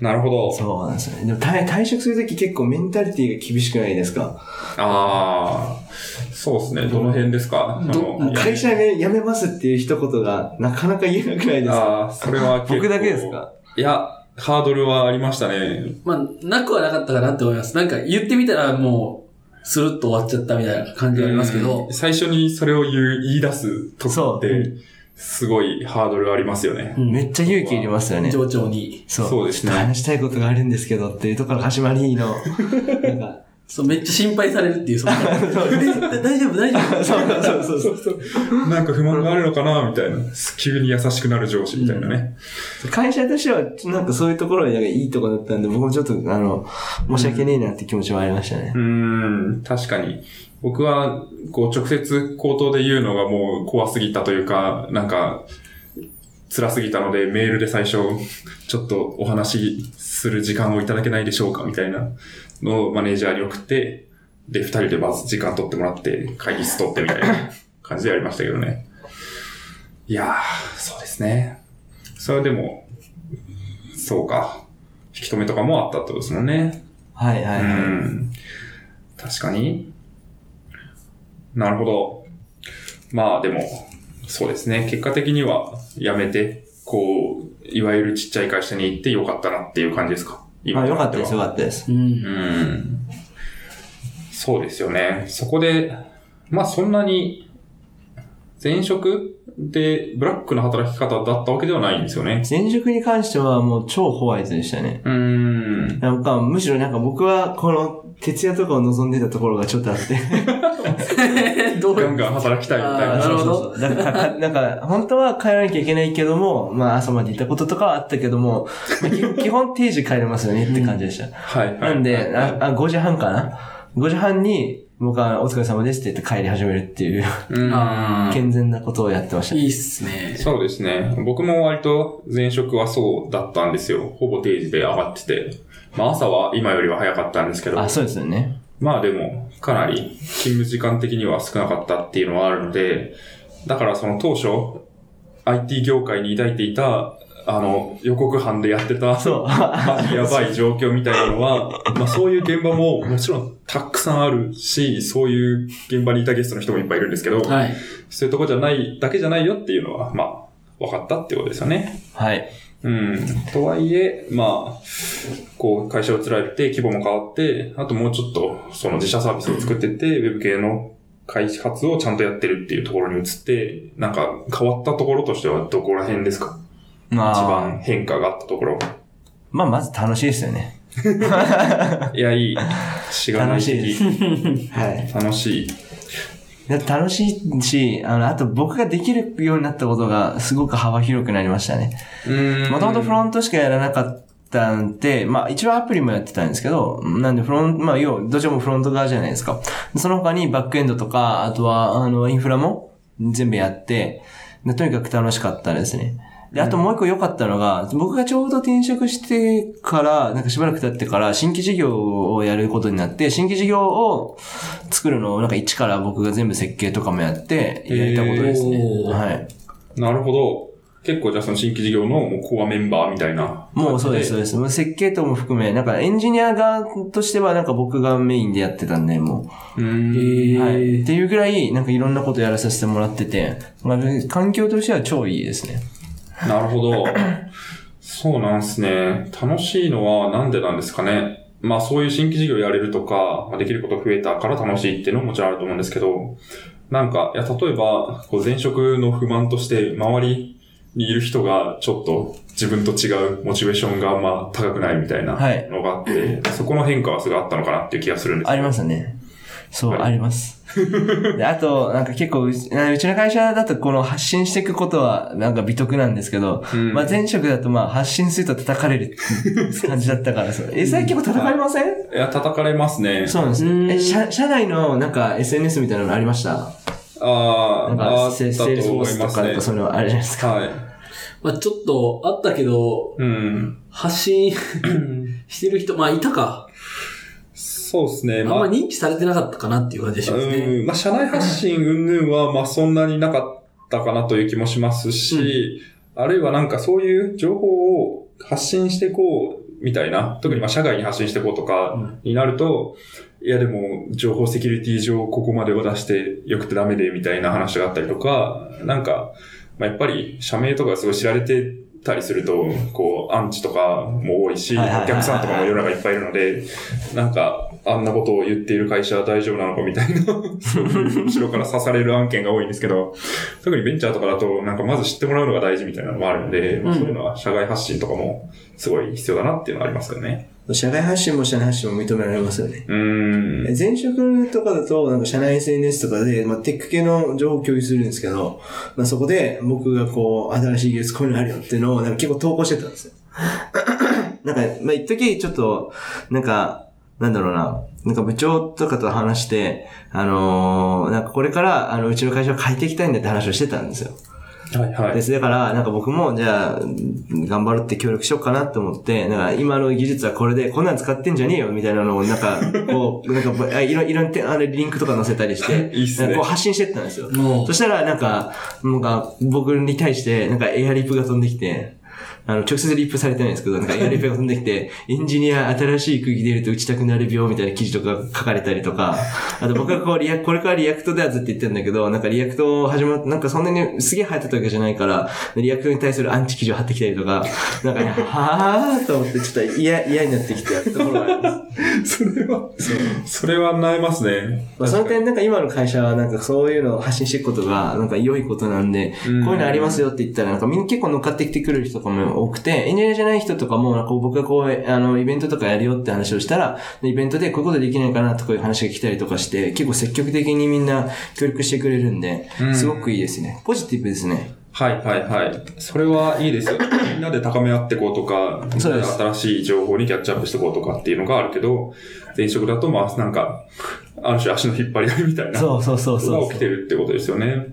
S2: なるほど。
S3: そうなんですよね。でも退退職するとき結構メンタリティが厳しくないですか
S2: ああ、そうですね。どの辺ですかあ
S1: ど
S2: の
S3: 会社で辞めますっていう一言がなかなか言えなくないですか
S2: ああ、それは結構
S3: 僕だけですか
S2: いや、ハードルはありましたね。
S1: まあ、なくはなかったかなって思います。なんか、言ってみたらもう、スルッと終わっちゃったみたいな感じがありますけど
S2: うん、最初にそれを言う、言い出すと
S3: そ
S2: っ
S3: うう
S2: て、すごいハードルありますよね。
S1: うん
S3: めっちゃ勇気いりますよね。
S1: 上長に。
S3: そう。
S2: そうですね
S3: ちょっと話したいことがあるんですけどっていうところが始まりの、なんか、
S1: そう、めっちゃ心配されるっていう、そのえ大丈夫、大丈夫。
S3: そうそうそうそう。
S2: なんか不満があるのかなみたいな。急に優しくなる上司みたいなね。
S3: 会社としては、なんかそういうところがいいところだったんで、僕もちょっと、あの、申し訳ねえなって気持ちもありましたね
S2: う。ん、確かに。僕は、こう、直接口頭で言うのがもう怖すぎたというか、なんか、辛すぎたので、メールで最初、ちょっとお話しする時間をいただけないでしょうかみたいなのをマネージャーに送って、で、二人でまず時間取ってもらって、会議室取ってみたいな感じでやりましたけどね。いやー、そうですね。それでも、そうか。引き止めとかもあったってことですもんね。
S3: はいはいは
S2: う
S3: い。
S2: ん確かに。なるほど。まあでも、そうですね。結果的には辞めて、こう、いわゆるちっちゃい会社に行ってよかったなっていう感じですか。
S3: あ、
S2: と
S3: よ
S2: な
S3: か
S2: は
S3: ったです、よかったです。
S1: うん。
S2: うん。そうですよね。そこで、まあそんなに、前職でブラックな働き方だったわけではないんですよね。
S3: 前職に関してはもう超ホワイトでしたね。
S2: うん。
S3: なんか、むしろなんか僕はこの徹夜とかを望んでたところがちょっとあって。
S1: どう
S2: ガンガン働きたいみたい
S1: あー
S2: な
S1: な。るほど
S3: そうそうそう。だから、なんか、本当は帰らなきゃいけないけども、まあ朝まで行ったこととかはあったけども、まあ基本 基本定時帰れますよねって感じでした。
S2: はいはい。
S3: なんで、あ、あ5時半かな ?5 時半に、僕はお疲れ様ですって言って帰り始めるっていう、
S2: うん
S1: あ
S3: 健全なことをやってました。
S1: いいっすね。
S2: そうですね。僕も割と前職はそうだったんですよ。ほぼ定時で上がってて。まあ朝は今よりは早かったんですけど、
S3: あ、そうですよね。
S2: まあでもかなり勤務時間的には少なかったっていうのはあるので、だからその当初、IT 業界に抱いていた、あの、予告班でやってた、
S3: そう。
S2: マジやばい状況みたいなのは、まあそういう現場ももちろんたくさんあるし、そういう現場にいたゲストの人もいっぱいいるんですけど、
S1: はい。
S2: そういうとこじゃない、だけじゃないよっていうのは、まあ、分かったってことですよね。
S3: はい。
S2: うん。とはいえ、まあ、こう、会社を貫いて、規模も変わって、あともうちょっと、その自社サービスを作ってって、ウェブ系の開発をちゃんとやってるっていうところに移って、なんか変わったところとしてはどこら辺ですか
S3: まあ、
S2: 一番変化があったところ。
S3: まあ、まず楽しいですよね。
S2: いや、いい。しがない
S3: 楽しい
S2: 的
S3: で。はい。
S2: 楽しい。
S3: だって楽しいし、あの、あと僕ができるようになったことがすごく幅広くなりましたね。
S2: うん
S3: もともとフロントしかやらなかったんで、まあ一応アプリもやってたんですけど、なんでフロント、まあ要はどちらもフロント側じゃないですか。その他にバックエンドとか、あとはあのインフラも全部やって、でとにかく楽しかったですね。で、あともう一個良かったのが、僕がちょうど転職してから、なんかしばらく経ってから、新規事業をやることになって、新規事業を作るのを、なんか一から僕が全部設計とかもやって、やれたことですね
S1: へー。
S3: はい。
S2: なるほど。結構じゃあその新規事業のもうコアメンバーみたいな。
S3: もうそうです、そうです。もう設計とも含め、なんかエンジニア側としてはなんか僕がメインでやってたんで、も
S2: うん
S1: え
S3: う。はい。
S1: ー
S3: っ。ていうぐらい、なんかいろんなことやらさせ てもらってて、まあ、環境としては超いいですね。
S2: なるほど。そうなんですね。楽しいのはなんでなんですかね。まあそういう新規事業やれるとか、まあできること増えたから楽しいっていうのももちろんあると思うんですけど、なんか、いや、例えば、こう前職の不満として、周りにいる人がちょっと自分と違うモチベーションがあんま高くないみたいな
S3: はい
S2: のがあって、そこの変化はすごいあったのかなっていう気がするんです
S3: あり
S2: す。
S3: ましたね。そう、
S2: はい
S3: あります。であと、なんか結構うち、あうちの会社だとこの発信していくことはなんか美徳なんですけど、
S2: うん
S3: まあ前職だとまあ発信すると叩かれる感じだったから、そうえ、最近結構叩かれません、
S2: いや、叩かれますね。
S3: そうなんです
S1: うん
S3: ね。え、社、社内のなんか SNS みたいなのありました
S2: あ
S3: な
S2: ー
S3: んか
S2: あ、
S3: セ、
S2: だ
S3: セールス
S2: と
S3: フォー
S2: 思
S3: ス
S2: い
S3: と
S2: ます
S3: かなん
S2: ね
S3: か。そういうのあるじゃないですか。
S2: は
S1: まあちょっとあったけど、
S2: い。うん。
S1: 発信してる人、まあいたか。
S2: そうです
S1: あ
S2: ね。
S1: んま認知されてなかったかなっていう感じがしますね。
S2: うん、まあ、社内発信云々は、まあ、そんなになかったかなという気もしますし、あるいはなんかそういう情報を発信していこうみたいな、特にまあ、社外に発信していこうと
S1: う
S2: か
S1: ん
S2: になると、いやでも、情報セキュリティ上ここまでは出してよくてダメでみたいな話があったりとか、なんか、まあ、やっぱり社名とかすごい知られてたりすると、こう、アンチとかも多いし、
S3: はいはいはいはい
S2: お客さんとかも世の中いっぱいいるので、なんか、あんなことを言っている会社は大丈夫なのかみたいな、 そういう後ろから刺される案件が多いんですけど、特にベンチャーとかだと、なんかまず知ってもらうのが大事みたいなのもあるので、まあ
S1: うん
S2: そういうのは社外発信とかもすごい必要だなっていうのはありますけどね。
S3: 社内発信も社内発信も認められますよね。
S2: うーん。
S3: 前職とかだと、なんか社内 SNS とかで、まあ、テック系の情報を共有するんですけど、まあ、そこで僕がこう、新しい技術こういうのあるよっていうのを、なんか結構投稿してたん ですよ。なんか、まあ、一時ちょっと、なんか、なんだろうな、なんか部長とかと話して、あのーなんかこれから、あの、うちの会社を変えていきたいんだって話をしてたんですよ。
S2: はいは
S3: で
S2: い。
S3: す。だから、なんか僕も、じゃあ、頑張るって協力しようかなと思って、なんか今の技術はこれで、こんなん使ってんじゃねえよ、みたいなのを、なんか、こう、なんか ぼ、あいろいろんて、あれ、リンクとか載せたりして、
S2: いいっすね
S3: なんかこう発信してったんですよ。
S1: もう
S3: そ、したら、なんか、なんか、僕に対して、なんかエアリップが飛んできて、あの、直接リップされてないんですけど、なんかエアリップが飛んできて、 エンジニア新しい空気出ると打ちたくなる病みたいな記事とか書かれたりとか、あと僕がこうリア、これからリアクトだずって言ってるんだけど、なんかリアクトを始まっなんかそんなにすげえ流行ってたわけじゃないから、リアクトに対するアンチ記事を貼ってきたりとか、なんか、 はぁーと思って、ちょっと嫌、嫌になってきたところがあります。
S2: それは、それは悩ますね。
S3: まあ、その点なんか今の会社はなんかそういうのを発信していくことがなんか良いことなんで、
S2: うん
S3: こういうのありますよって言ったらなんかみんな結構乗っかってきてくれる人とかも多くて、エンジニアじゃない人とかもなんか僕がこう、あの、イベントとかやるよって話をしたら、でイベントでこういうことできないかなとかいう話が来たりとかして、結構積極的にみんな協力してくれるんで
S2: う、ん
S3: すごくいいですね。ポジティブですね。
S2: はいはいはい。それはいいです よ。みんなで高め合ってこうとか、みん
S3: そ
S2: な
S3: うで
S2: です新しい情報にキャッチアップしてこうとかっていうのがあるけど、前職だとまあなんか、ある種足の引っ張り合いみたいな。
S3: そうそうそう
S2: こと
S3: そう
S2: が起きてるってことですよね。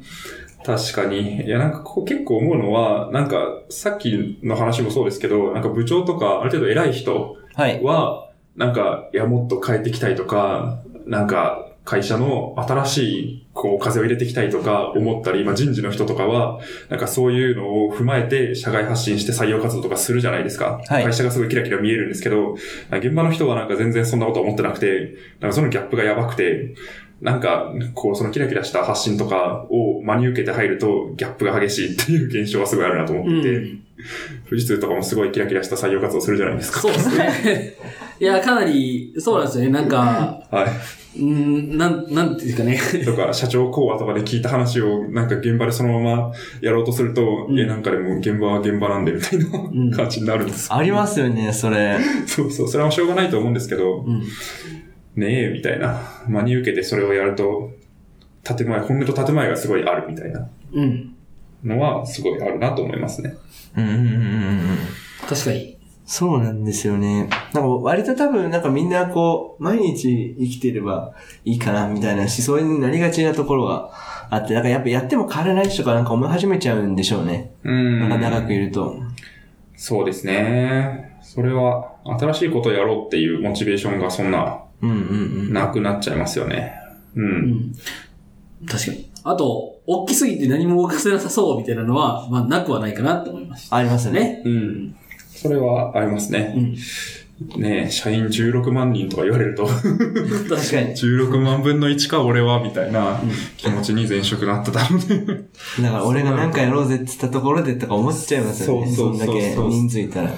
S2: 確かに。いや、なんかここ結構思うのは、なんかさっきの話もそうですけど、なんか部長とかある程度偉い人
S3: はい。
S2: は、なんか、いや、もっと変えていきたいとか、なんか、会社の新しい、こう、風を入れていきたいとか思ったり、まあ人事の人とかは、なんかそういうのを踏まえて、社外発信して採用活動とかするじゃないですか。
S3: はい
S2: 会社がすごいキラキラ見えるんですけど、なんか現場の人はなんか全然そんなこと思ってなくて、なんかそのギャップがやばくて、なんか、こう、そのキラキラした発信とかを真に受けて入ると、ギャップが激しい っていう現象はすごいあるなと思っていて、
S1: う
S2: 富士通とかもすごいキラキラした採用活動するじゃないですか。
S1: そうですね。 いや、かなり、そうなんですよね。なんか、
S2: はい。
S1: うんなん、なんていうかね。
S2: とか、社長講話とかで聞いた話を、なんか現場でそのままやろうとすると、
S1: うん
S2: いや、なんかでも現場は現場なんで、みたい
S1: ん
S2: な感じになるんです。
S3: ありますよね、それ。
S2: そうそう、それはしょうがないと思うんですけど、
S1: うん
S2: ねえ、みたいな。真に受けてそれをやると、建前、本音と建前がすごいあるみたいな
S1: うん。
S2: のは、すごいあるなと思いますね。
S3: うんうんうんうんうん。
S1: 確かに。
S3: そうなんですよね。なんか割と多分なんかみんなこう、毎日生きてればいいかなみたいな思想になりがちなところがあって、なんかやっぱやっても変わらない人がなんか思い始めちゃうんでしょうね。
S2: うん。
S3: なんか長くいると。
S2: そうですね。それは、新しいことをやろうっていうモチベーションがそんな、
S3: うんうんうん。
S2: なくなっちゃいますよね。う。
S1: うんん。確かに。あと、大きすぎて何も動かせなさそうみたいなのは、まあ、なくはないかなって思いました。
S3: ありますよね。
S1: ね。
S2: うん。それはありますね。
S1: うん。
S2: いねえ、社員16万人とか言われると、
S1: 確かに。
S3: 確かに。
S2: 16万分の1か俺は、みたいな
S3: うん
S2: 気持ちに前職なってたので。
S3: だから俺が何かやろうぜって言ったところでとか思っちゃいますよね。
S2: そ
S3: そ
S2: そ
S3: うん
S2: うそ
S3: だ
S2: うそう
S3: け人数いたら。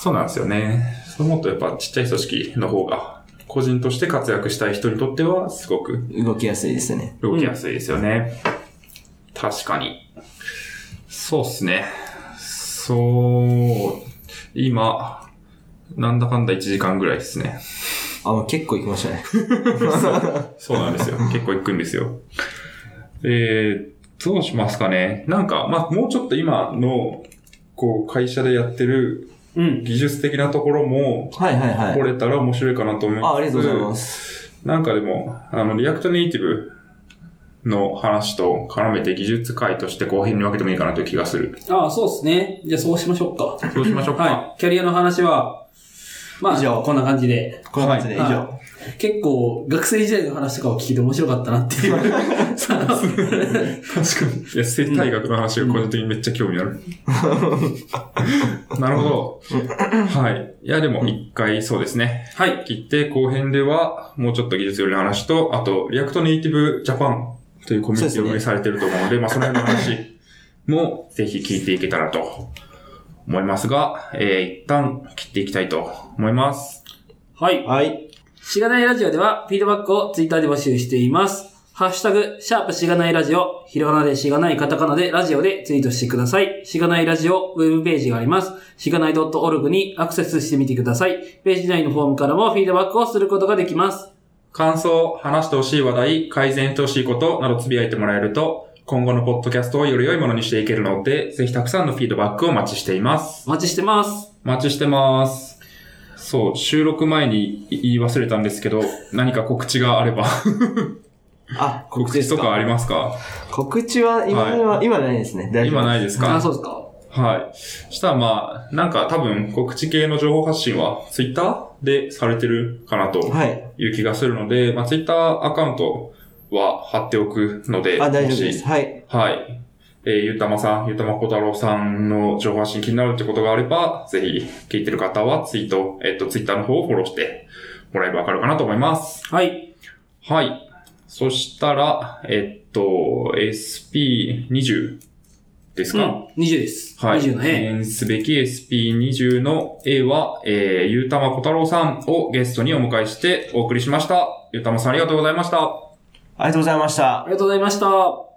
S2: そうなんですよね。そう思うとやっぱちっちゃい組織の方が、個人として活躍したい人にとっては、すごく
S3: 動きやすいですね。
S2: 動きやすいですよね。確かに。そうっすね。そう、今、なんだかんだ1時間ぐらいですね。
S3: あ、もう結構行きました ね。
S2: そうなん ですよ。結構行くんですよ。えー、どうしますかね。なんか、まあ、もうちょっと今の、こう、会社でやってる
S1: うん。
S2: 技術的なところも、
S3: はいはいは
S2: 掘
S3: い。
S2: れたら面白いかなと思います。。
S3: あ、ありがとうございますす。
S2: なんかでも、あの、リアクトネイティブの話と絡めて技術会として後編に分けてもいいかなという気がする。
S1: ああ、そうですね。じゃあそうしましょうか。
S2: そうしましょうか。
S1: はい。キャリアの話は、ま
S3: 以上
S1: あ、こんな感じで。
S3: こんな感じで以
S1: はい
S3: 上。
S1: 結構、学生時代の話とかを聞いて面白かったなっていう。さあ
S2: 確かに。いや、生態学の話が個人的にめっちゃ興味あ る。なるほど。はい。いや、でも一回そうですね。
S1: はい。
S2: 切って後編では、もうちょっと技術よりの話と、あと、リアクトネイティブジャパンというコミュニティを運営されてると思うので、まあ、その辺の話もぜひ聞いていけたらと思いますが、えー、一旦切っていきたいと思います。
S1: はい。
S3: はい。
S1: しがないラジオでは、フィードバックをツイッターで募集しています。ハッシュタグ、シャープしがないラジオ、ひらがなでしがないカタカナでラジオでツイートしてください。しがないラジオ、ウェブページがあります。しがない .org にアクセスしてみてください。ページ内のフォームからもフィードバックをすることができます。
S2: 感想、話してほしい話題、改善してほしいことなどつぶやいてもらえると、今後のポッドキャストをより良いものにしていけるので、ぜひたくさんのフィードバックをお待ちしています。
S1: お待ちしてます。
S2: お待ちしてます。そう、収録前に言い忘れたんですけど、何か告知があれば、
S3: あ、 告
S2: 告
S3: 知で
S2: 知と
S3: す
S2: かあ
S3: か。
S2: りますか
S3: 告知は今は、今ないですね。大丈夫
S2: 今ないです
S1: あ、
S2: か
S1: そうですか。
S2: はい。したらまあ、なんか多分告知系の情報発信は Twitter でされてるかなと
S3: はい。
S2: いう気がするので、まあ Twitter アカウントは貼っておくので、
S3: あ、大丈夫
S2: も
S3: で
S2: し
S3: す。はい。
S2: はい。えーゆうたまさん、ゆうたまこたろうさんの情報発信気になるってことがあれば、ぜひ聞いてる方はツイート、えっと、ツイッターの方をフォローしてもらえばわかるかなと思います。
S1: はい。
S2: はい。そしたら、えっと、SP20 です
S1: う
S2: か、
S1: ん。20です。
S2: はい。
S1: 20の
S2: 記
S1: 絵。
S2: 念すべき SP20 の A は、えー、ゆうたまこたろうさんをゲストにお迎えしてお送りしました。ゆうたまさんありがとうございました。
S3: ありがとうございました
S1: あ。りがとうございました。